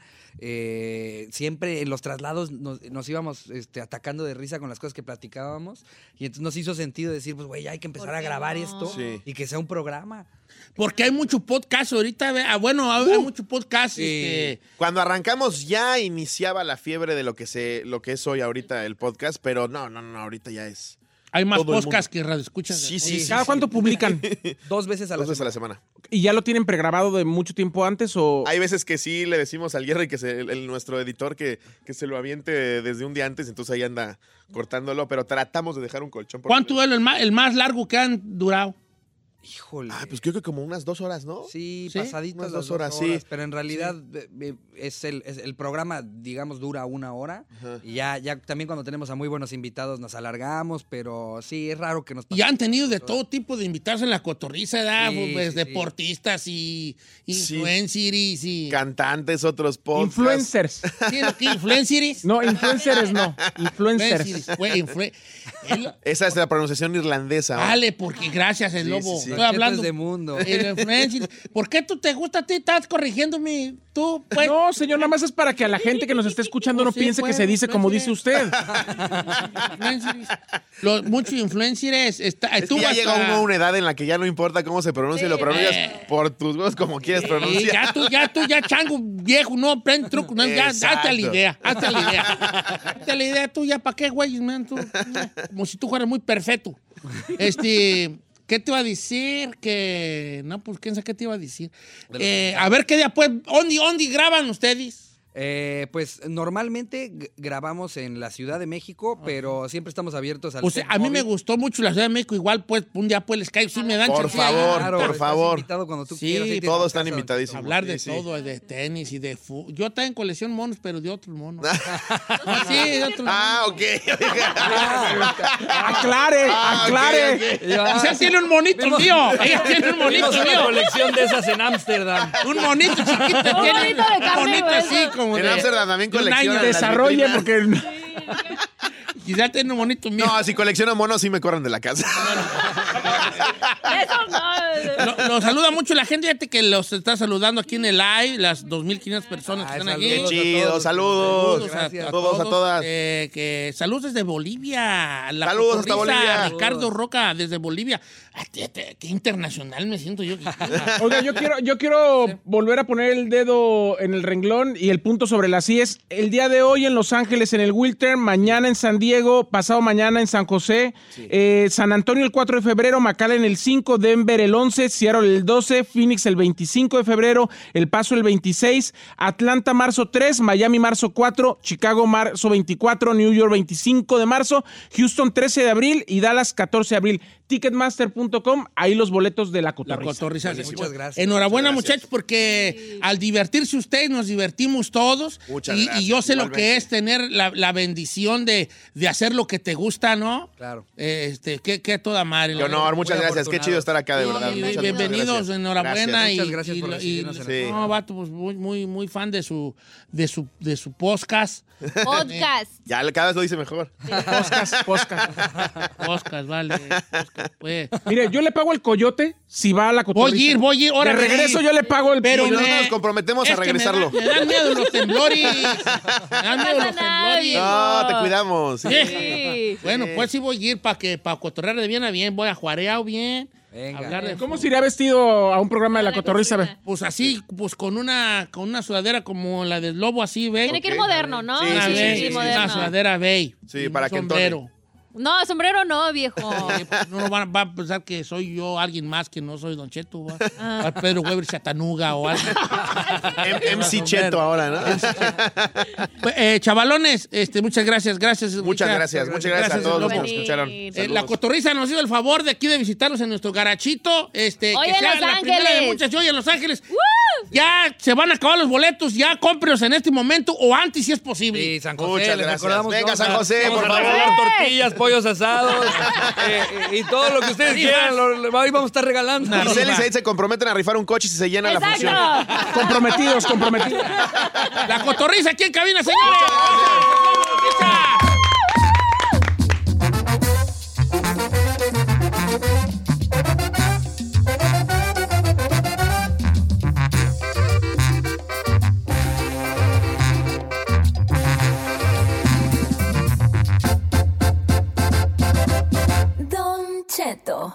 eh, siempre en los traslados nos, nos íbamos este, atacando de risa con las cosas que platicábamos y entonces nos hizo sentido decir, pues güey, ya hay que empezar
¿Por
a
qué
grabar
no?
esto
Sí.
y que sea un programa.
Porque hay mucho podcast ahorita. ve- ah, bueno, hay, hay mucho podcast.
Sí.
este,
Uh. Cuando arrancamos ya iniciaba la fiebre de lo que, se, lo que es hoy ahorita el podcast, pero no, no, no, ahorita ya es.
hay más
Todo el
podcasts que radio escuchas.
Sí, sí, sí.
¿Cada cuánto publican?
Dos veces a la
Dos veces a
semana.
la semana.
¿Y ya lo tienen pregrabado de mucho tiempo antes o...?
Hay veces que sí le decimos al Jerry, que es el, el- nuestro editor, que, que se lo aviente desde un día antes, entonces ahí anda cortándolo, pero tratamos de dejar un colchón. por-
¿Cuánto es el más, el más largo que han durado?
Híjole.
Ah, pues creo que como unas dos horas, ¿no?
Sí,
¿Sí?
pasaditas
Unas
las
dos
dos
horas,
horas,
sí.
Pero en realidad eh, eh, es el, es el programa, digamos, dura una hora. Y ya, ya también cuando tenemos a muy buenos invitados nos alargamos, pero sí, es raro que nos
Y han tenido de todo tipo de invitados en la cotorriza, ¿verdad?
Sí,
Pues,
sí, sí.
deportistas y
Sí.
influencers y...
Cantantes, otros podcasts.
Influencers.
¿Sí, no? ¿Qué? influencers.
No, influencers no.
Influencers,
Influencers.
güey, influen- el-
Esa es la pronunciación irlandesa. ¿no?
Vale,
Ah.
porque gracias, el
Ah. Sí,
lobo.
sí, sí.
Estoy
Chetos
hablando.
de mundo.
El influencer. ¿Por qué tú te gusta a ti? Estás corrigiéndome. Tú, pues.
No, señor, nada más es para que a la gente que nos está escuchando no
Sí,
piense que
pues,
se dice como dice usted.
Influencers. Los, muchos influencers. Está,
Es
tú
que ya
vas
llega
a-
uno a una edad en la que ya no importa cómo se pronuncia, lo pronuncias por tus huevos como quieres
eh. Sí,
pronunciar.
ya tú, ya tú, ya chango viejo, no aprende truco, no, ya,
Exacto.
hazte la idea, hazte la idea. Hazte la idea tú, ya para qué, güey, man, tú, como si tú fueras muy perfecto. Este, ¿Qué te iba a decir? Que. No, pues quién sabe qué te iba a decir. Eh, a ver qué día, pues. ¿Ondi, ondi graban ustedes?
Eh, pues normalmente g- grabamos en la Ciudad de México, pero siempre estamos abiertos al.
O sea,
set
a mí
móvil.
me gustó mucho la Ciudad de México. Igual, pues, un día, pues, les caigo. Sí, me dan
Ah, Por
chance de
favor,
hablar.
por
estás
favor.
invitado cuando tú
Sí,
quieras, ahí tienes
todos
tu
están
casa.
invitadísimos.
Hablar de
Sí, sí.
todo, de tenis y de fútbol. Yo también colección monos, pero de otros monos. Ah, sí, de otros
Ah, ok.
Aclare,
Ah, ok,
aclare.
ok.
Y yo, ah,
monos. Ella tiene un monito
Vimos-
mío. Ella tiene un monito
Vimos una
mío.
colección de esas en Ámsterdam.
Un monito chiquito.
Un
tiene
monito de carne
Un monito
y
así
hueso.
como
En
de-
Ámsterdam también
de un
coleccionan
año.
las
Desarrolle
vitrinas.
porque
Quizá tiene un monito mío.
No, si colecciono monos, sí me corren de la casa.
Eso no.
Lo, lo saluda mucho la gente, fíjate que los está saludando aquí en el live, las 2.500 personas que
Ah,
están
saludos
aquí.
Qué
a
chido,
todos.
saludos.
Gracias.
A todos, a todas.
eh, que saludos desde Bolivia. La
Saludos hasta
cotorriza,
Bolivia.
Ricardo Roca desde Bolivia. Ah, te- te- Qué internacional me siento yo.
Oiga, yo quiero, yo quiero volver a poner el dedo en el renglón y el punto sobre las IES. El día de hoy en Los Ángeles, en el Wiltern, mañana en San Diego, pasado mañana en San José, eh, San Antonio el 4 de febrero, McAllen el 5, Denver el 11, Seattle el 12, Phoenix el 25 de febrero, El Paso el 26, Atlanta marzo 3, Miami marzo 4, Chicago marzo 24, New York 25 de marzo, Houston 13 de abril y Dallas 14 de abril. Ticketmaster.com, ahí los boletos de la
La
cotorriza.
cotorriza.
Muchas gracias.
Enhorabuena,
Muchas gracias.
muchachos, porque al divertirse ustedes, nos divertimos todos.
Muchas
y,
gracias,
y yo sé lo
igualmente.
que es tener la, la bendición de, de hacer lo que te gusta, ¿no?
Claro.
Eh, Este, que, que a toda madre.
Qué honor, muchas
Muy
gracias. Qué
afortunados.
chido estar acá, de
Sí,
verdad.
bien-
Muchas, muchas
bienvenidos,
gracias.
enhorabuena.
Gracias.
y,
Muchas gracias por
y-
recibirnos en
el
y- No,
programa.
vato, pues muy, muy, muy fan de su, de su, de su podcast.
Podcast.
Ya cada vez lo dice mejor.
Podcast, podcast.
Podcast, vale. podcast, pues.
Mire, yo le pago el coyote si va a la cotorriza.
Voy a ir, voy a ir, ahora
De
me
regreso
voy.
yo le pago el
Pero
Y no
me-
nos comprometemos a
es que me da-
regresarlo.
Me, dan miedo los temblores. Me dan miedo
pasa
los
nada,
temblores.
viejo.
No, te cuidamos.
Sí.
Sí.
Bueno, pues sí voy a ir para que para cotorrear de bien a bien, voy a juarear bien.
Venga.
Hablar de
¿Cómo se iría vestido a un programa de la
La
cotorriza? ve?
cotorriza.
Pues así, pues con una con una sudadera como la del lobo así, ve.
Tiene que ir moderno, ¿no?
Sí,
Una,
sí,
ve,
sí, sí,
una
moderno.
sudadera ve.
Sí,
y un
para que entone.
sombrero.
No, sombrero no, viejo.
Eh, pues, No va, va a pensar que soy yo alguien más que no soy Don Cheto, va.
Ah.
Va Pedro Weber Chatanuga o algo.
M- MC
Más o
Cheto
menos.
ahora, ¿no?
Pues, eh, chavalones, este, muchas gracias, gracias.
Muchas
Ricardo.
gracias, muchas gracias a todos los que nos
Venir.
escucharon.
Eh,
Eh,
Saludos.
la cotorriza nos hizo el favor de aquí de visitarnos en nuestro garachito. Este,
Hoy
que
en
sea
Los
la primera de
Ángeles.
muchas hoy en Los Ángeles. Ya se van a acabar los boletos, ya cómprelos en este momento o antes si es posible.
Sí, San José,
Muchas
les
gracias.
acordamos que
Venga,
vamos
San
a-
José,
vamos
por
Vamos a
favor.
regalar tortillas, pollos asados eh, eh, y todo lo que ustedes
Arriba.
quieran. lo- lo- Hoy vamos a estar regalando.
Una
Giselle y
arriba.
Said se comprometen a rifar un coche si se llena la función.
Exacto.
Comprometidos, comprometidos.
La cotorriza aquí en cabina, señores.
Don Cheto.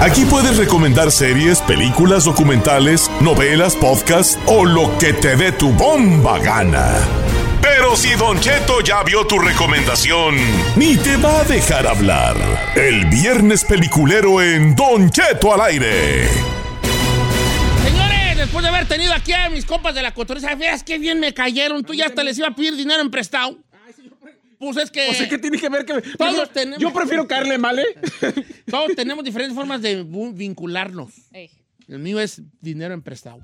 Aquí puedes recomendar series, películas, documentales, novelas, podcasts o lo que te dé tu bomba gana. Pero si Don Cheto ya vio tu recomendación, Mm, ni te va a dejar hablar. El viernes peliculero en Don Cheto al aire.
Señores, después de haber tenido aquí a mis compas de la cotorriza, veas qué bien me cayeron. Tú ya hasta les iba a pedir dinero en prestado. Pues es que.
O sea, ¿qué tiene que ver que.?
Todos
yo,
tenemos-
Yo prefiero caerle mal, ¿eh?
Todos tenemos diferentes formas de bu- vincularnos. El mío es dinero emprestado.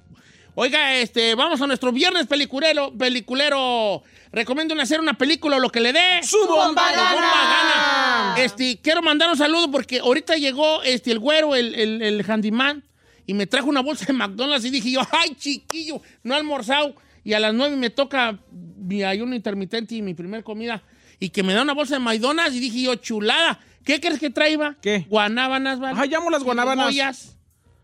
Oiga, este, vamos a nuestro viernes peliculero. Peliculero. Recomiendo hacer una película o lo que le dé.
¡Su bomba gana!
gana! Este, quiero mandar un saludo porque ahorita llegó este, el güero, el, el, el handyman, y me trajo una bolsa de McDonald's y dije yo, ¡ay, chiquillo! No he almorzado. Y a las nueve me toca mi ayuno intermitente y mi primer comida. Y que me da una bolsa de McDonald's y dije yo, chulada. ¿Qué crees que traía? ¿Qué? Guanábanas, ¿vale?
Ah, llamo las guanábanas.
Cebollas.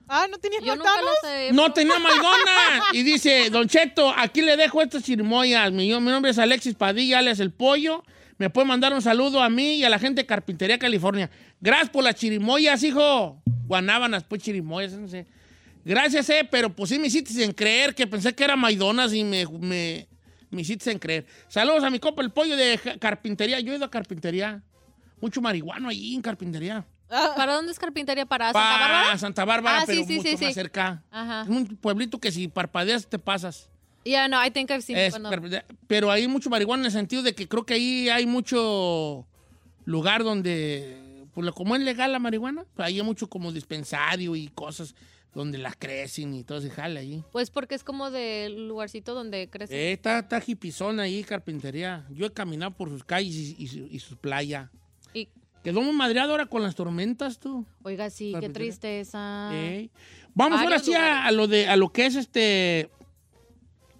Ah, ¿no tenías
Yo nunca lo
McDonald's?
sé.
Eh, No tenía Maidona. Y dice, Don Cheto, aquí le dejo estas chirimoyas. Mi, mi nombre es Alexis Padilla, alias El Pollo. Me puede mandar un saludo a mí y a la gente de Carpintería California. Gracias por las chirimoyas, hijo. Guanábanas, pues chirimoyas, no sé. Gracias, eh, pero pues sí me hiciste en creer que pensé que era Maidonas y me, me, me hiciste en creer. Saludos a mi copa El Pollo de ja- Carpintería. Yo he ido a Carpintería. Mucho marihuano ahí en Carpintería.
Ah, ¿Para dónde es carpintería? ¿Para Santa
Pa-
Bárbara?
Santa Bárbara,
Ah, sí,
pero
sí,
mucho
sí,
más
sí.
cerca.
Ajá.
Es un pueblito que si parpadeas te pasas.
Yeah, no, I think I've seen
Es
it, cuando-
per- Pero hay mucho marihuana en el sentido de que creo que ahí hay mucho lugar donde, pues lo- como es legal la marihuana, pues ahí hay mucho como dispensario y cosas donde la crecen y todo se jala ahí.
Pues porque es como del lugarcito donde crece.
Eh, está, está hipizón ahí, carpintería. Yo he caminado por sus calles y, y su- y sus playas.
Y,
Quedó muy madreado ahora con las tormentas, tú.
oiga, sí, qué
Carpintería.
tristeza.
Ey. Vamos ahora
Varios
sí a, a lo de, a lo que es este...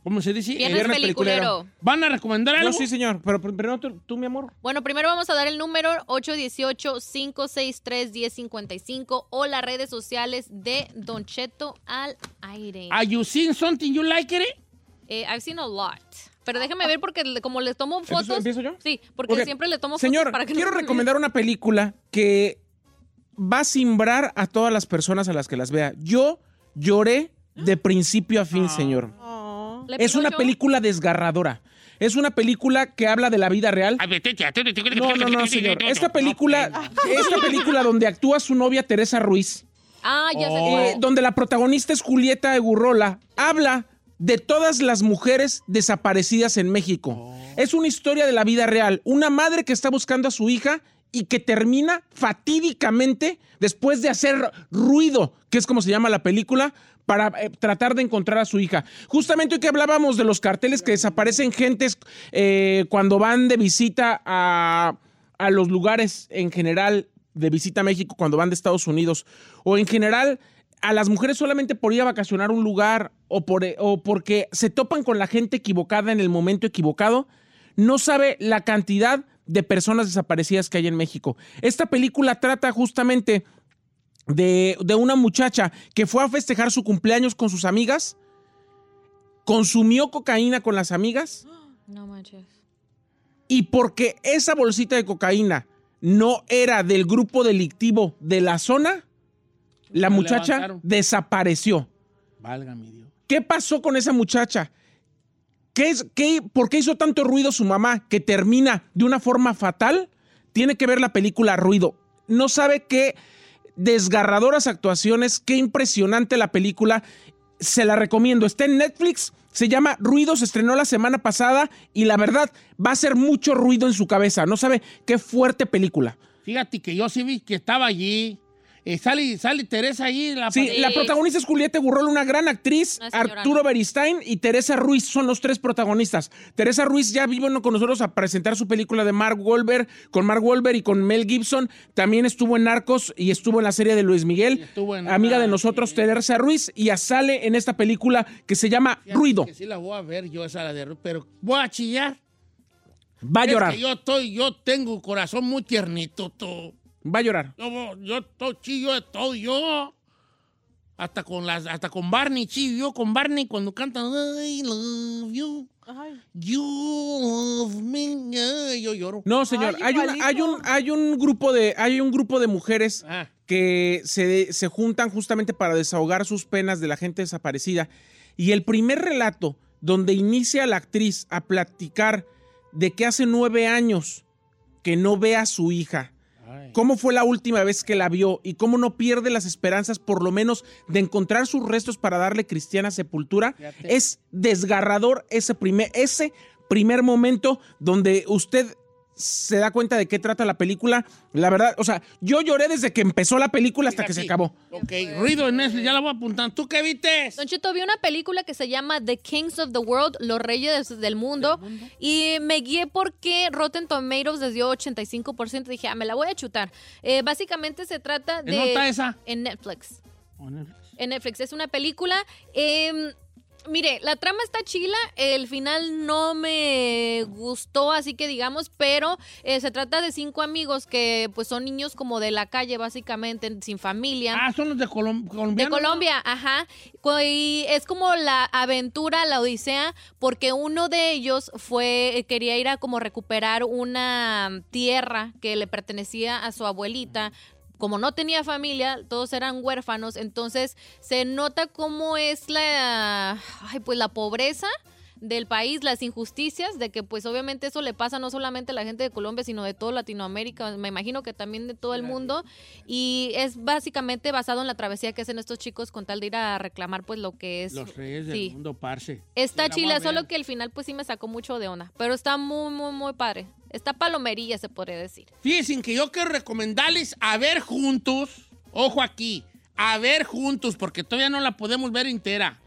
¿Cómo se dice?
Viernes Viernes peliculero. peliculero.
¿Van a recomendar algo?
Yo sí, señor. Pero primero tú, tú, mi amor.
Bueno, primero vamos a dar el número 818-563-1055 o las redes sociales de Don Cheto al aire.
Are you seeing something you like it?
Eh, I've seen a lot. Pero déjame ver porque le- como les tomo fotos.
empiezo yo?
Sí, porque
Ok.
siempre le tomo
Señor,
fotos para que no
quiero
se me olvide.
recomendar una película que va a simbrar a todas las personas a las que las vea. Yo lloré de principio a fin, señor.
Le
Es
pido
una
yo.
película desgarradora. Es una película que habla de la vida real. No,
No,
no, no, señor. Esta película, esta película donde actúa su novia Teresa Ruiz.
Ah, ya sé.
Eh, donde la protagonista es Julieta Egurrola, habla de todas las mujeres desaparecidas en México. Es una historia de la vida real, una madre que está buscando a su hija y que termina fatídicamente después de hacer ruido, que es como se llama la película, para eh, tratar de encontrar a su hija. Justamente hoy que hablábamos de los carteles que desaparecen gentes eh, cuando van de visita a a los lugares en general de visita a México cuando van de Estados Unidos o en general a las mujeres solamente por ir a vacacionar a un lugar o, por, eh, o porque se topan con la gente equivocada en el momento equivocado, no sabe la cantidad de personas desaparecidas que hay en México. Esta película trata justamente de, de una muchacha que fue a festejar su cumpleaños con sus amigas, consumió cocaína con las amigas
No manches.
y porque esa bolsita de cocaína no era del grupo delictivo de la zona, la
La
muchacha
levantaron.
desapareció.
Válgame Dios.
¿Qué pasó con esa muchacha? ¿Qué es, qué, ¿Por qué hizo tanto ruido su mamá que termina de una forma fatal? Tiene que ver la película Ruido. No sabe qué desgarradoras actuaciones, qué impresionante la película. Se la recomiendo. Está en Netflix, se llama Ruido, se estrenó la semana pasada y la verdad va a ser mucho ruido en su cabeza. No sabe qué fuerte película.
Fíjate que yo sí vi que estaba allí. Eh, sale, sale Teresa ahí. La
Sí, la protagonista es Julieta Gurrol, una gran actriz.
Una señora,
Arturo Beristain y Teresa Ruiz son los tres protagonistas. Teresa Ruiz ya vino con nosotros a presentar su película de Mark Wahlberg, con Mark Wahlberg y con Mel Gibson. También estuvo en Narcos y estuvo en la serie de Luis Miguel. Amiga de nosotros, Teresa Ruiz, y ya sale en esta película que se llama
Fíjate
Ruido.
que sí la voy a ver yo esa la de Ruido, pero voy a chillar.
Va a
Es
llorar,
que yo estoy, yo tengo un corazón muy tiernito, tú.
va a llorar.
Yo, yo estoy chillo de todo, yo. Hasta con las, hasta con Barney, chillo, yo con Barney cuando cantan I love you, you love me, ay, yo lloro.
No, señor, hay, una- hay, un, hay, un grupo de, hay un grupo de mujeres que se, se juntan justamente para desahogar sus penas de la gente desaparecida. Y el primer relato donde inicia la actriz a platicar de que hace nueve años que no ve a su hija, cómo fue la última vez que la vio y cómo no pierde las esperanzas por lo menos de encontrar sus restos para darle cristiana sepultura,
Fíjate.
es desgarrador ese primer, ese primer momento donde usted se da cuenta de qué trata la película. La verdad, o sea, yo lloré desde que empezó la película hasta que se acabó.
Ok, ruido en Netflix, ya la voy apuntando. ¿Tú qué viste?
Don Cheto, vi una película que se llama The Kings of the World, Los Reyes del Mundo, y me guié porque Rotten Tomatoes les dio 85%. Dije, ah, me la voy a chutar. Eh, básicamente se trata de...
¿En dónde está esa?
En Netflix. En Netflix. Es una película... em, Mire, la trama está chila, el final no me gustó, así que digamos, pero eh, se trata de cinco amigos que pues son niños como de la calle básicamente, sin familia.
Ah, son los de Colom- Colombia.
De Colombia, ajá. Co- Y es como la aventura, la odisea, porque uno de ellos fue, eh, quería ir a como recuperar una mm, tierra que le pertenecía a su abuelita. Como no tenía familia, todos eran huérfanos, entonces se nota cómo es la, ay, pues la pobreza del país, las injusticias, de que pues obviamente eso le pasa no solamente a la gente de Colombia, sino de toda Latinoamérica, me imagino que también de todo el mundo, y es básicamente basado en la travesía que hacen estos chicos con tal de ir a reclamar pues lo que es...
Los reyes del
sí.
mundo, parce. Sí, la
Está
voy a
chila, solo
ver.
que el final pues sí me sacó mucho de onda, pero está muy, muy, muy padre. Está palomerilla, se podría decir.
Fíjense que yo quiero recomendarles a ver juntos, ojo aquí, a ver juntos, porque todavía no la podemos ver entera.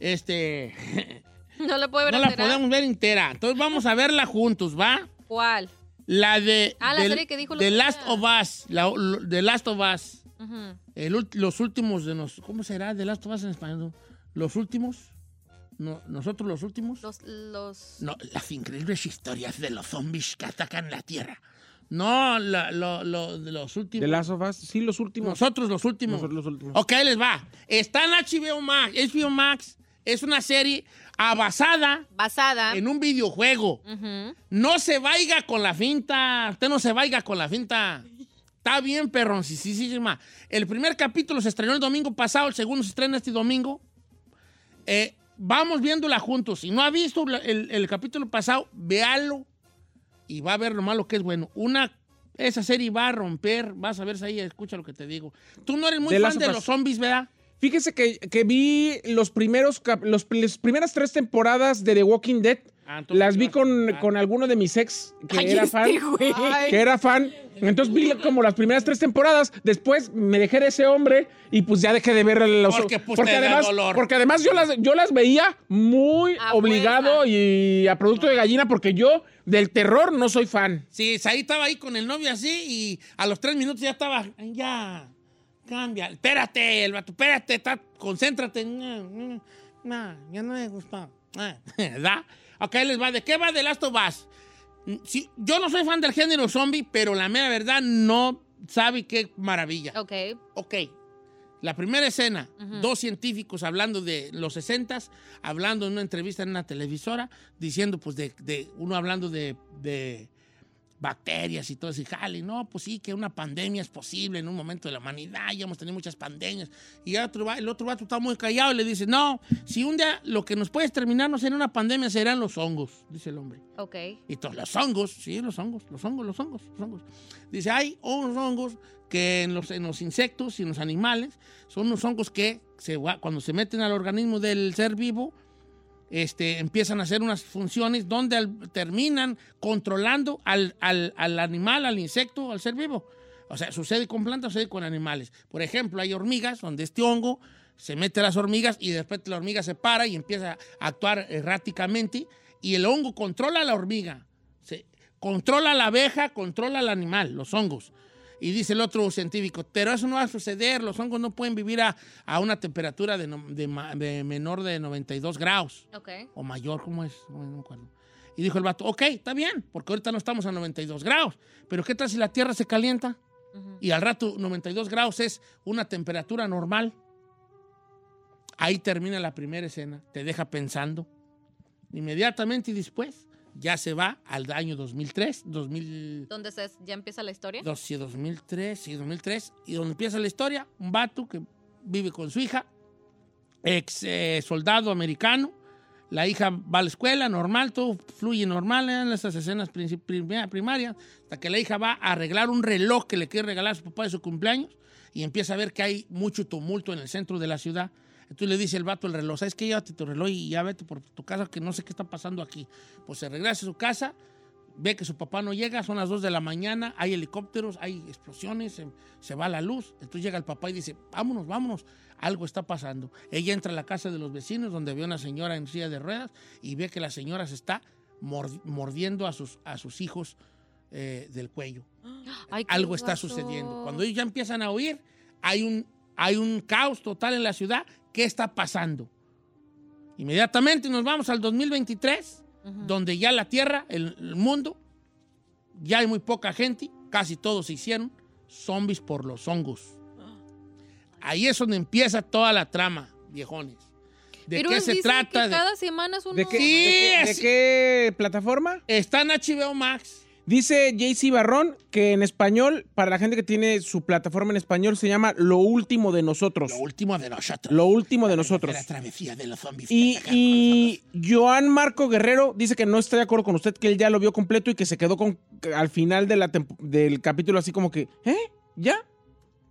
Este,
No la puedo ver
no la
entera.
podemos ver entera. Entonces vamos a verla juntos, ¿va?
¿Cuál?
La de
Ah, la
del-
serie que dijo el
The
otro
Last
día.
of Us, la, lo- The Last of Us.
Ujú.
El ult- los últimos de nosotros. ¿Cómo será? The Last of Us en español. Los últimos. No, nosotros los últimos.
Los, los...
No, las increíbles historias de los zombies que atacan la Tierra. No, la- lo- lo- de los últimos.
De Last of Us, sí, los últimos.
Nosotros los últimos.
Nosotros los últimos.
Ok, ahí les va. Está en HBO Max. HBO Max es una serie ah, basada
Basada.
en un videojuego.
Ujú.
No se vaya con la finta. Usted no se vaya con la finta. Está bien, perrón. Sí, sí, sí, ma. El primer capítulo se estrenó el domingo pasado, el segundo se estrena este domingo. Eh, vamos viéndola juntos. Si no ha visto la- el, el capítulo pasado, véalo y va a ver lo malo que es bueno. Una, esa serie va a romper. Vas a ver si ahí escucha lo que te digo. Tú no eres muy
De
fan
Last
de
of Us.
los zombies, ¿verdad?
Fíjese que, que vi los primeros cap- los, pr- las primeras tres temporadas de The Walking Dead.
Ah, entonces
Las
te
vi
vas a
con,
comprar.
con alguno de mis ex que
Ay,
era
este
fan.
güey.
Que era fan. Entonces vi como las primeras tres temporadas. Después me dejé de ese hombre y pues ya dejé de ver los
Porque, pues, te da
además,
dolor.
porque además yo las, yo las veía muy obligado y a producto de gallina porque yo del terror no soy fan.
Sí, ahí estaba ahí con el novio así y a los tres minutos ya estaba, ya, cambia, espérate, el vato, espérate, ta- concéntrate. Mm, No, no, no, ya no me gustó. Ah, ¿Verdad? Ok, ahí les va, ¿de qué va de Last of Us? Mm, sí, yo no soy fan del género zombie, pero la mera verdad no sabe qué maravilla.
Ok.
Ok. La primera escena,
Ujú.
dos científicos hablando de los 60 hablando en una entrevista en una televisora, diciendo, pues, de, de- uno hablando de, de bacterias y todo eso, y jale, no, pues sí, que una pandemia es posible en un momento de la humanidad, ya hemos tenido muchas pandemias, y otro va- el otro vato está muy callado y le dice, no, si un día lo que nos puede exterminar no será una pandemia, serán los hongos, dice el hombre.
Ok.
Y todos los hongos, sí, los hongos, los hongos, los hongos, los hongos. Dice, hay unos hongos que en los, en los insectos y en los animales son unos hongos que se gua- cuando se meten al organismo del ser vivo, este, empiezan a hacer unas funciones donde al- terminan controlando al, al- al animal, al insecto, al ser vivo. O sea, sucede con plantas, sucede con animales. Por ejemplo, hay hormigas donde este hongo se mete a las hormigas y después la hormiga se para y empieza a actuar erráticamente y el hongo controla a la hormiga. Se- controla a la abeja, controla al animal, los hongos. Y dice el otro científico, pero eso no va a suceder, los hongos no pueden vivir a, a una temperatura de, no- de ma- de menor de 92 grados
Ok.
o mayor, ¿cómo es? No, no me acuerdo. Y dijo el vato, ok, está bien, porque ahorita no estamos a 92 grados, pero ¿qué tal si la Tierra se calienta? Y al rato 92 grados es una temperatura normal. Ahí termina la primera escena, te deja pensando. Inmediatamente y después ya se va al año 2003, 2000,
¿Dónde se, ya empieza la historia?
dos- sí, 2003, sí, 2003, y donde empieza la historia, un vato que vive con su hija, ex eh, soldado americano, la hija va a la escuela, normal, todo fluye normal en esas escenas princip- prima- primarias, hasta que la hija va a arreglar un reloj que le quiere regalar a su papá de su cumpleaños y empieza a ver que hay mucho tumulto en el centro de la ciudad. Entonces le dice el vato el reloj, ¿sabes qué? Llévate tu reloj y ya vete por tu casa que no sé qué está pasando aquí. Pues se regresa a su casa, ve que su papá no llega, son las 2 de la mañana, hay helicópteros, hay explosiones, se, se va la luz. Entonces llega el papá y dice, vámonos, vámonos, algo está pasando. Ella entra a la casa de los vecinos donde ve a una señora en silla de ruedas y ve que la señora se está mor- mordiendo a sus, a sus hijos eh, del cuello.
Ay, qué
algo está
guaso.
sucediendo. Cuando ellos ya empiezan a oír, hay un, hay un caos total en la ciudad. ¿Qué está pasando? Inmediatamente nos vamos al 2023, donde ya la Tierra, el, el mundo, ya hay muy poca gente, casi todos se hicieron zombies por los hongos. Ahí es donde empieza toda la trama, viejones. ¿De
Pero
qué
él
se
dice
trata?
Que
de-
cada semana es uno.
¿De qué,
Sí,
de qué- de
sí.
qué plataforma?
Está en HBO Max.
Dice JC Barrón que en español, para la gente que tiene su plataforma en español, se llama Lo Último de Nosotros. Lo
Último de Nosotros.
Lo Último de Nosotros.
La travesía de los zombies.
Y, y Joan Marco Guerrero dice que no está de acuerdo con usted, que él ya lo vio completo y que se quedó con al final de la tempo- del capítulo así como que, ¿eh? ¿Ya?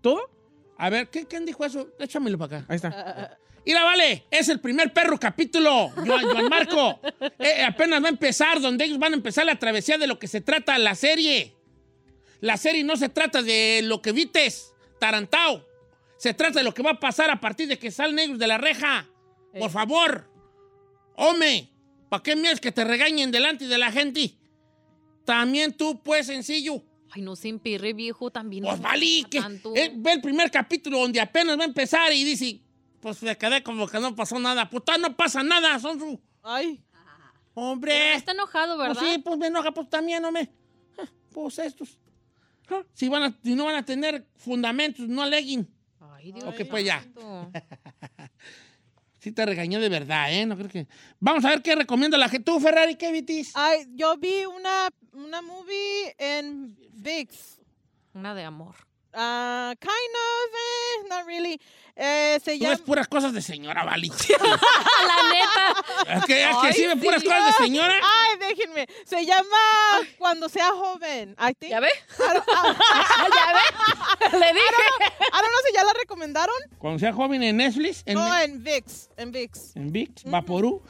¿Todo?
A ver, ¿qué- ¿quién dijo eso? Échamelo para acá.
Ahí está.
Mira, vale, es el primer perro capítulo, Joan, Joan Marco. Eh, eh, apenas va a empezar, donde ellos van a empezar la travesía de lo que se trata la serie. La serie no se trata de lo que vites, tarantao. Se trata de lo que va a pasar a partir de que salen ellos de la reja. Por favor. Hombre, ¿para qué mieres que te regañen delante de la gente? También tú, pues, sencillo.
Ay, no se empirre, viejo, también.
Pues
no
vale,
sea
que
tanto.
eh, ve el primer capítulo donde apenas va a empezar y dice, pues me quedé como que no pasó nada. Puta, no pasa nada, Sonsu.
Ay.
Hombre.
Está enojado, ¿verdad?
Pues sí, pues me enoja, pues también, hombre. Ah, Pues estos. Ah, Si, van a- si no van a tener fundamentos, no aleguen.
Ay, Dios
Ok, pues ya.
santo.
Sí te regañé de verdad, ¿eh? No creo que... Vamos a ver qué recomienda la gente. Tú, Ferrari, ¿qué vitis?
Ay, yo vi una, una movie en VIX.
Una de amor.
Ah, kind of, eh, not really. Eh, se
Tú ves
llama...
puras cosas de señora, Vali.
la neta.
Es que- es que sí, ve puras cosas de señora.
Ay, déjenme. Se llama Cuando sea joven. I think- I don't- I- ¿Ya ve? ¿Ya ve?
Le
dije. I don't know si ya la recomendaron.
Cuando sea joven en Netflix, en,
no, en VIX. En VIX.
en VIX, Vaporú.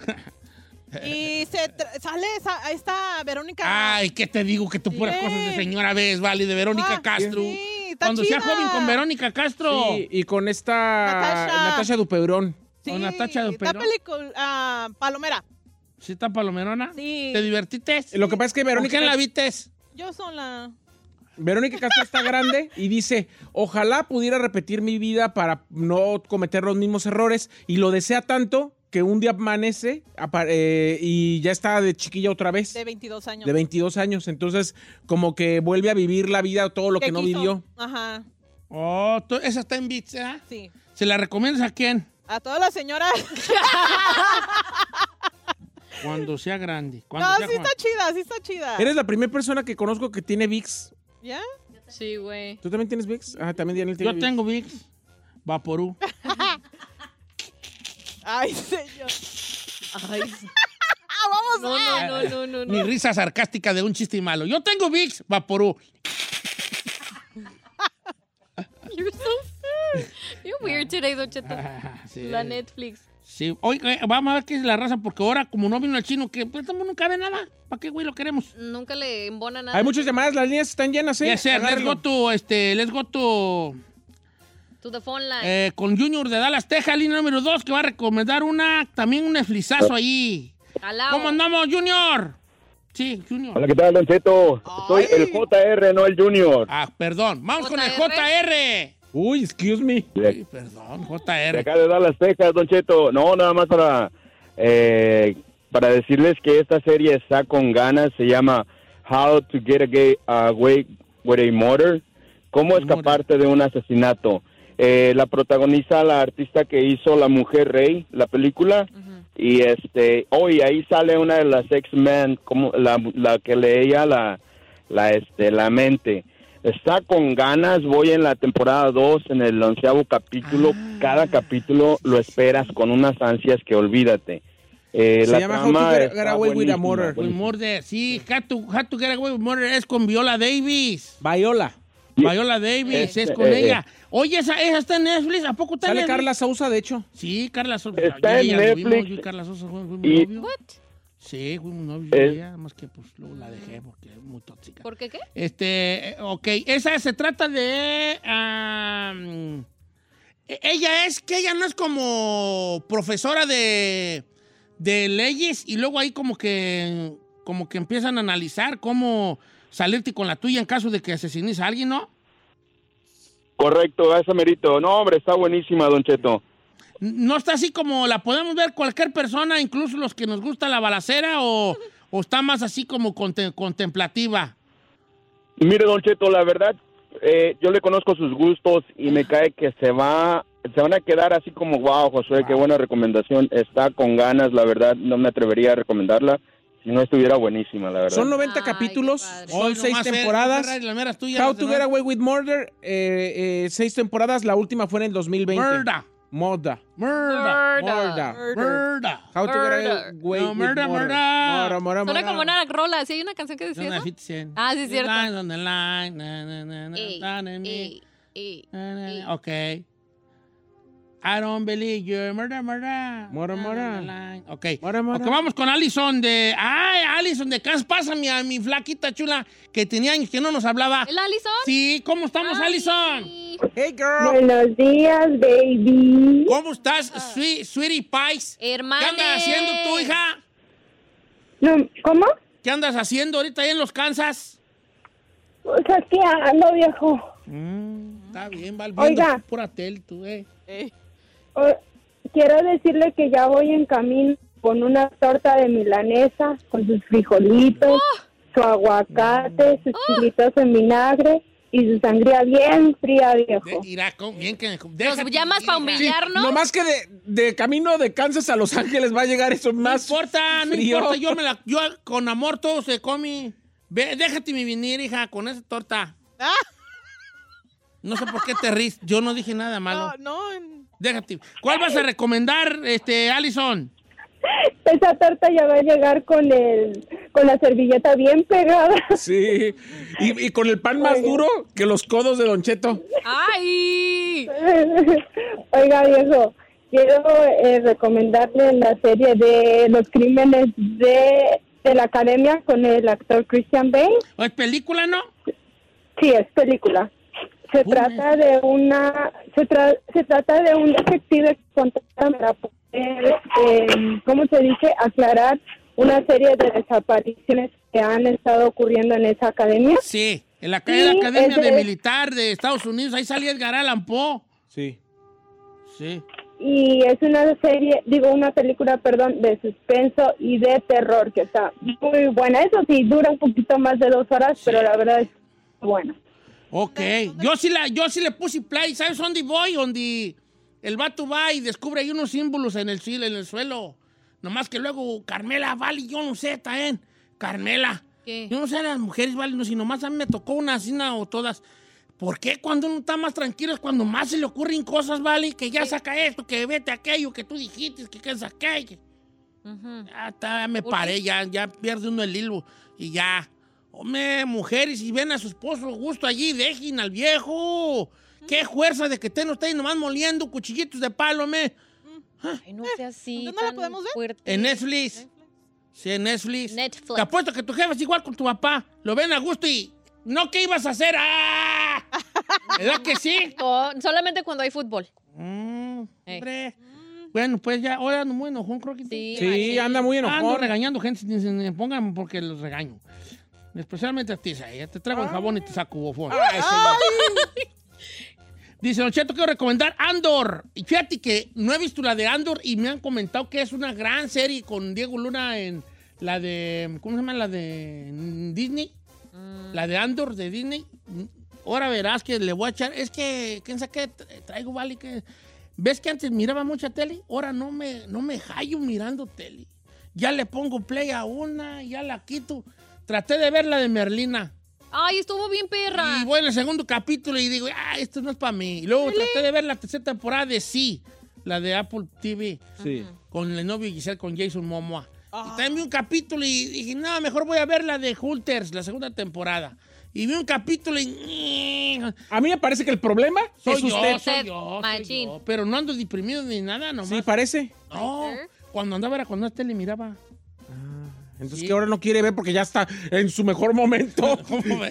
Y se tra- sale esa, esta Verónica.
Ay, ¿qué te digo? Que tú puras cosas de señora ves, Vali, de Verónica Castro.
Ah, está
Cuando sea
chida.
joven con Verónica Castro.
Sí, y con esta Natasha, Dupeurón.
Sí, Está película. ah, Palomera.
¿Sí está palomerona?
Sí.
¿Te divertiste?
Lo que pasa es que Verónica-
¿Con quién la vistes?
Yo son la.
Verónica Castro está grande y dice, ojalá pudiera repetir mi vida para no cometer los mismos errores y lo desea tanto que un día amanece apa- eh, y ya está de chiquilla otra vez,
De 22 años.
de 22 años, entonces como que vuelve a vivir la vida, todo lo que, no
quiso.
vivió.
Ajá.
Oh, tú- esa está en Beats, ¿eh?
Sí.
¿Se la recomiendas a quién?
A todas las señoras.
Cuando sea grande. Cuando
no,
sea
sí
joven.
está chida, sí está chida.
Eres la primera persona que conozco que tiene VIX.
¿Ya?
Sí, güey.
¿Tú también tienes VIX? Ah, también Daniel tiene
Yo tengo VIX. Vaporú.
Ay, señor.
Ay.
Vamos
no,
a-
no, no, no, no,
Mi Ah, risa sarcástica de un chiste malo. Yo tengo VIX, Vaporú.
You're so weird. You're weird today, Don Cheto.
Ah. sí.
La Netflix.
Sí, oiga, eh, vamos a ver qué es la raza, porque ahora, como no vino el chino, que pues, este nunca ve nada. ¿Para qué, güey, lo queremos?
Nunca le embona nada.
Hay muchas llamadas, las líneas están llenas, ¿eh?
Yes, sir. Let's
Agárrenlo.
go to, este, let's go to,
To the phone line.
eh, con Junior de Dallas, Texas, línea número 2, que va a recomendar una, también un eslizazo ahí.
Alao.
¿Cómo andamos, Junior? Sí, Junior.
Hola, ¿qué tal, Don Cheto? Soy el JR, no el Junior.
Ah, perdón. Vamos con el JR.
Uy, excuse me.
De,
Perdón, JR.
de acá de Dallas, Texas, Don Cheto. No, nada más para, eh, para decirles que esta serie está con ganas. Se llama How to Get Away- Away with a Murder. ¿Cómo escaparte de un asesinato? Eh, la protagoniza la artista que hizo La Mujer Rey, la película. Y este, hoy ahí sale una de las X-Men, como la, la que leía la, la, este, la mente. Está con ganas, voy en la temporada 2, en el onceavo capítulo.
Ah.
Cada capítulo lo esperas con unas ansias que olvídate. Eh,
Se
la
llama How to
trama
Get-
está
Get Away with a
buenísima,
Murder.
With
buenísima.
Murder, sí, how to, How to Get Away with Murder es con Viola Davis.
Viola.
Viola Davis, es con
Eh, eh.
ella. Oye, esa, esa está en Netflix, ¿a poco está en
Sale
Netflix?
Carla Sousa, de hecho.
Sí, Carla Sosa.
Está
Yo y
en
ella lo vimos,
Netflix.
yo y Carla Sosa fuimos
Y-
novios. Sí, fuimos novios
Eh.
de ella, más que pues luego la dejé porque es muy tóxica.
¿Por qué qué?
Este, eh, ok, esa se trata de... am, e- ella es, que ella no es como profesora de, de leyes y luego ahí como que, como que empiezan a analizar cómo salirte con la tuya en caso de que asesines a alguien, ¿no?
Correcto, esa merito. No, hombre, está buenísima, Don Cheto.
No está así como la podemos ver cualquier persona, incluso los que nos gusta la balacera, o, o está más así como conte- contemplativa.
Mire, Don Cheto, la verdad, eh, yo le conozco sus gustos y me cae que se va, se van a quedar así como, wow, Josué, qué buena recomendación. Está con ganas, la verdad, no me atrevería a recomendarla si no estuviera buenísima, la verdad.
Son 90 capítulos, son
Hoy
6
nomás, eh,
temporadas.
Ferrari, las meras tuyas,
How
las
to
demás.
Get Away with Murder, 6 temporadas, la última fue en el 2020.
Murda.
Moda.
Murda.
Murda.
Murda.
How to
Murder.
Get Away
No,
with
murder, murder.
Murder. Murder, murder,
Suena
murder.
como una rola, ¿sí hay una canción que decía
Son
eso?
de 50 Cent.
Ah, sí, es cierto.
Lines on the line, na, na, na, na,
Ey,
down in me.
ey, ey.
Na, na, na. Ok. I don't believe you. Murder, murder.
Murder,
Down
murder.
in the line. Ok.
Murder, murder.
Ok, vamos con Allison de. ¡Ay, Allison de Cas! Pásame a mi flaquita chula que tenía años que no nos hablaba.
¿El Allison?
Sí, ¿cómo estamos, Allison?
Hey, girl.
Buenos días, baby.
¿Cómo estás, sweet, Sweetie Pies?
Hermana.
¿Qué andas haciendo tú, hija?
No, ¿Cómo?
¿Qué andas haciendo ahorita ahí en los Kansas?
O sea, ¿qué ando, viejo?
Está bien, va
Oiga.
viendo pura tele, tú, eh.
O- quiero decirle que ya voy en camino con una torta de milanesa, con sus frijolitos, su aguacate, sus chilitos en vinagre y su sangría bien fría, viejo.
Irá con- bien que...
¿Nos llamas para
Sí,
humillarnos?
nomás que de, de camino de Kansas a Los Ángeles va a llegar eso más.
No importa, no
frío.
importa. Yo, me la, yo con amor todo se come. Ve, déjate mi venir, hija, con esa torta. No sé por qué te ríes. Yo no dije nada malo.
No, no.
Déjate. ¿Cuál vas a recomendar, este, Allison?
Esa torta ya va a llegar con el con la servilleta bien pegada.
Sí. Y, y con el pan más duro que los codos de Don Cheto.
¡Ay!
Oiga, viejo, quiero eh, recomendarle la serie de los crímenes de, de la academia con el actor Christian Bale.
¿O es película, no?
Sí, es película. Se trata de una se, tra- se trata de un detective que contratan para poder, eh, ¿cómo se dice? Aclarar una serie de desapariciones que han estado ocurriendo en esa academia.
Sí, Eh, en la,
Sí,
en la Academia
ese
de
es.
Militar de Estados Unidos. Ahí salía Edgar Allan Poe.
Sí.
Sí.
Y es una serie, digo, una película, perdón, de suspenso y de terror que está muy buena. Eso sí, dura un poquito más de dos horas, pero la verdad es buena.
Ok, yo sí, la, yo sí le puse play, ¿sabes dónde voy? Donde el vato va y descubre ahí unos símbolos en el, suelo- en el suelo. Nomás que luego Carmela, vale, yo no sé, también. Carmela.
¿Qué?
Yo no sé las mujeres, vale, no, si nomás a mí me tocó una asesina o todas. ¿Por qué cuando uno está más tranquilo es cuando más se le ocurren cosas, vale? Que ya saca esto, que vete aquello, que tú dijiste, que qué saqué. que-
Ujú.
Ya, está, ya me
¿Por
paré,
qué?
ya, ya pierde uno el hilo y ya. Hombre, mujeres, si ven a su esposo gusto allí, dejen al viejo. Qué fuerza de que estén ustedes nomás moliendo cuchillitos de palo, me.
Ay, no sea así.
¿Dónde Eh, la
tan
podemos ver?
fuerte.
En Netflix. Sí, en Netflix.
Netflix.
Te apuesto que tu jefe es igual con tu papá. Lo ven a gusto y. ¿No qué ibas a hacer? ¡Ah! ¿Verdad que sí?
Oh, solamente cuando hay fútbol.
Mm, hombre. Bueno, pues ya, ahora ando muy enojón, creo que
Sí,
Sí, anda muy
Ando
enojón.
regañando gente, ni se me pongan porque los regaño. Especialmente a ti, Isaías. Te traigo el jabón y te saco bofón. Dice, Don Cheto, quiero recomendar Andor. Y fíjate que no he visto la de Andor y me han comentado que es una gran serie con Diego Luna en la de, ¿cómo se llama? La de Disney. La de Andor de Disney. mm, Ahora verás que le voy a echar. Es que, ¿quién sabe qué tra- traigo, vale? Que... ¿Ves que antes miraba mucha tele? Ahora no me, no me hallo mirando tele. Ya le pongo play a una, ya la quito. Traté de ver la de Merlina.
Ay, estuvo bien perra.
Y voy en el segundo capítulo y digo, ah, esto no es para mí. Y luego traté de ver la tercera temporada de Sí, la de Apple TV,
Sí.
con el novio Giselle, con Jason Momoa. Y también vi un capítulo y dije, no, mejor voy a ver la de Hulters, la segunda temporada. Y vi un capítulo y...
A mí me parece que el problema
Soy
es
yo,
usted.
soy
Usted,
yo, soy
machín.
yo. Pero no ando deprimido ni nada, nomás.
Sí, parece.
No, cuando andaba era cuando la tele miraba.
Entonces, que ahora no quiere ver porque ya está en su mejor momento.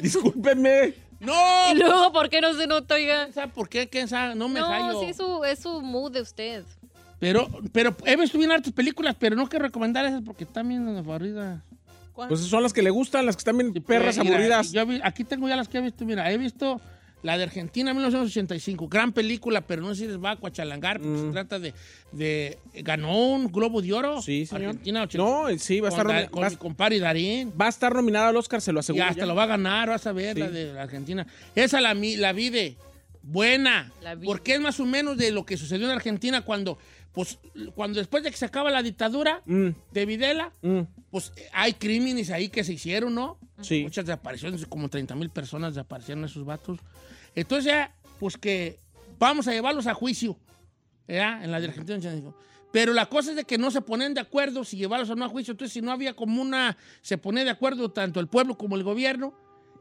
Discúlpenme.
¡No!
Y luego, ¿por qué no se nota, oiga?
¿Sabe por qué? ¿Quién sabe? No me
No,
hallo.
sí, es su, es su mood de usted.
Pero, pero he visto bien hartas películas, pero no quiero recomendar esas porque están bien aburridas.
Pues son las que le gustan, las que están
pues,
bien perras
Mira,
aburridas.
yo vi- aquí tengo ya las que he visto. Mira, he visto la de Argentina 1985. Gran película, pero no sé si les va a cuachalangar porque
Mm.
se trata de, de- Ganó un Globo de Oro.
Sí, señor.
Argentina 85.
No, eh, sí, va a estar
Con,
nomi-
Da- con
va a-
mi compadre Darín.
Va a estar nominada al Oscar, se
Y
lo aseguro.
hasta
ya.
lo va a ganar, vas a ver,
Sí.
la de la Argentina. Esa la, mi- la vi de buena. Porque es más o menos de lo que sucedió en Argentina cuando, pues, cuando después de que se acaba la dictadura
Mm.
de Videla, pues eh, hay crímenes ahí que se hicieron, ¿no?
Mm. Sí.
Muchas desapariciones, como 30 mil personas desaparecieron esos vatos. Entonces ya, pues que vamos a llevarlos a juicio, ¿ya? En la de Argentina. Pero la cosa es de que no se ponen de acuerdo si llevarlos o no a juicio. Entonces, si no había como una... Se pone de acuerdo tanto el pueblo como el gobierno,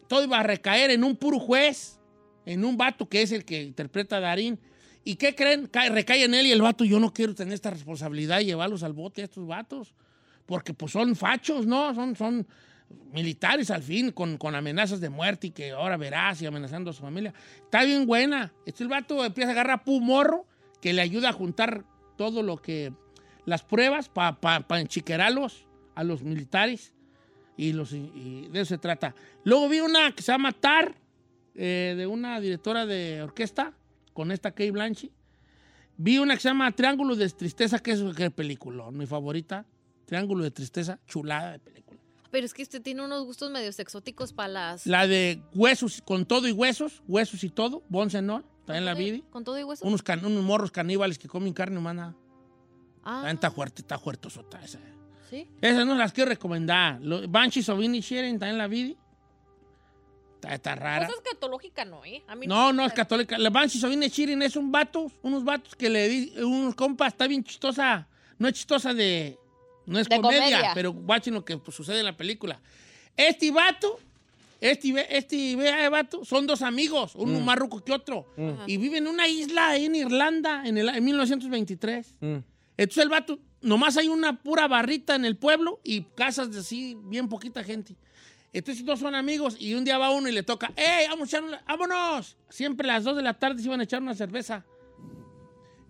todo iba a recaer en un puro juez, en un vato que es el que interpreta a Darín. ¿Y qué creen? Cae- recae en él y el vato, yo no quiero tener esta responsabilidad y llevarlos al bote a estos vatos. Porque pues son fachos, ¿no? Son, son militares al fin, con, con amenazas de muerte y que ahora verás y amenazando a su familia. Está bien buena. Este el vato empieza a agarrar pumorro que le ayuda a juntar todo lo que... las pruebas para pa, pa enchiquerarlos a los militares. Y, los, y de eso se trata. Luego vi una que se llama Tar, eh, de una directora de orquesta, con esta Kay Blanchi. Vi una que se llama Triángulo de Tristeza, que es qué película, mi favorita. Triángulo de Tristeza, chulada de película.
Pero es que usted tiene unos gustos medios exóticos para las...
La de Huesos, con todo y huesos, huesos y todo, Bones and All, también la vi.
¿Con todo y hueso?
Unos, can- unos morros caníbales que comen carne humana.
Ah,
También está fuerte, está fuertosota esa.
sí.
Esas no las quiero recomendar. Lo- Banshees of Inisherin, también la vi. Está, está rara.
Cosa escatológica no, ¿eh? A mí
No,
me
no es
gusta.
católica. La Banshee Sabine Chirin es un vato, unos vatos que le di, unos compas, está bien chistosa. No es chistosa de. No es
De
comedia,
comedia.
pero guachen lo que pues, sucede en la película. Este vato, este, ve- este vea de vato, son dos amigos, uno
Mm.
más ruco que otro.
Mm. Ajá.
Y viven en una isla ahí en Irlanda en, el, en 1923. Entonces el vato, nomás hay una pura barrita en el pueblo y casas de así, bien poquita gente. Entonces dos son amigos y un día va uno y le toca, ¡Ey, vamos a echar una- vámonos! Siempre a las dos de la tarde se iban a echar una cerveza.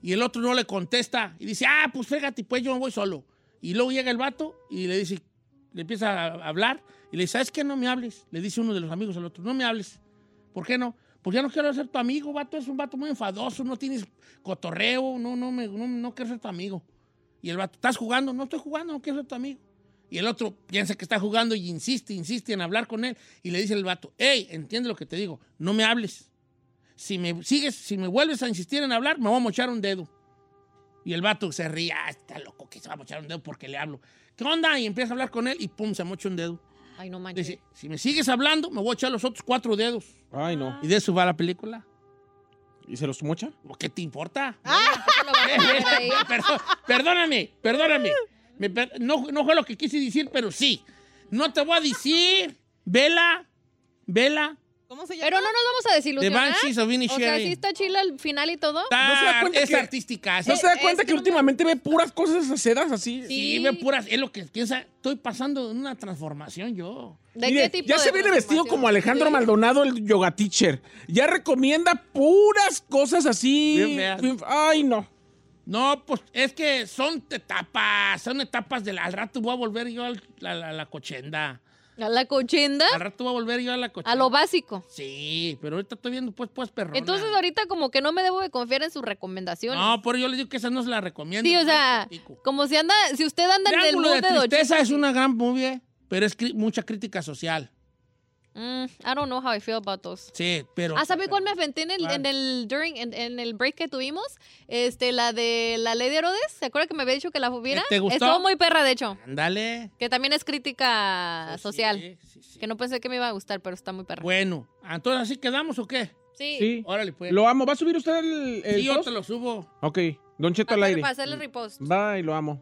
Y el otro no le contesta y dice, ah, pues fíjate, pues yo me voy solo. Y luego llega el vato y le dice, le empieza a hablar y le dice, ¿sabes qué? No me hables. Le dice uno de los amigos al otro, no me hables. ¿Por qué no? Pues ya no quiero ser tu amigo, vato. Es un vato muy enfadoso, no tienes cotorreo, no, no, me, no, no quiero ser tu amigo. Y el vato, ¿estás jugando? No estoy jugando, no quiero ser tu amigo. Y el otro piensa que está jugando y insiste, insiste en hablar con él. Y le dice el vato, hey, entiende lo que te digo, no me hables. Si me sigues, si me vuelves a insistir en hablar, me voy a mochar un dedo. Y el vato se ríe, ah, está loco que se va a mochar un dedo porque le hablo. ¿Qué onda? Y empieza a hablar con él y pum, se mocha un dedo.
Ay, no manches.
Dice, si me sigues hablando, me voy a echar los otros cuatro dedos.
Ay, no.
¿Y de eso va la película? Pues,
¿Y se los mocha?
¿Qué te importa?
Ah, Lo van a poner ahí.
Perdón- perdóname, perdóname. Me per- no, no fue lo que quise decir, pero sí. No te voy a decir. Vela, vela.
¿Cómo se llama?
Pero no nos vamos a desilusionar.
The Banshees of
O sea,
Inisherin.
sí está chila el final y todo.
Está-
se da cuenta
es
que-
artística.
¿No
es-
se da cuenta que últimamente ve puras cosas acedas así?
Sí, ve puras. Es lo que piensa. Estoy pasando una transformación yo.
¿De
Mire,
qué tipo
ya
de
se viene vestido
transformación?
como Alejandro
Sí.
Maldonado, el yoga teacher. Ya recomienda puras cosas así.
Bien feas.
Bien- Ay, no.
No, pues es que son etapas. Son etapas del. Al rato voy a volver yo al- a la, a la cochenda.
A la cochenda,
Al rato voy a volver yo a la cochenda.
a lo básico.
Sí, pero ahorita estoy viendo pues, pues perrona.
Entonces ahorita como que no me debo de confiar en sus recomendaciones.
No, pero yo les digo que esa no se la recomiendo.
sí, o
no,
sea,
platico.
como si anda, si usted anda en el
Triángulo
mood
de
de Don
Tristeza
Cheto.
es una gran movie, eh, pero es cri- mucha crítica social.
Mm, I don't know how I feel about those.
Sí, pero...
Ah, ¿sabe cuál me aventé en el,
¿Cuál?
en el, during, en, en el break que tuvimos? Este, la de la Lady Herodes. ¿Se acuerda que me había dicho que la viera?
¿Te gustó?
Estuvo muy perra, de hecho.
Ándale.
Que también es crítica social. Que no pensé que me iba a gustar, pero está muy perra.
Bueno, entonces así quedamos o qué?
sí.
Sí.
Órale, pues.
Lo amo. ¿Va a subir usted el, el
Sí, yo
post?
te lo subo.
Ok. Don Cheto al
Para-
aire.
Para hacerle repost.
Bye, lo amo.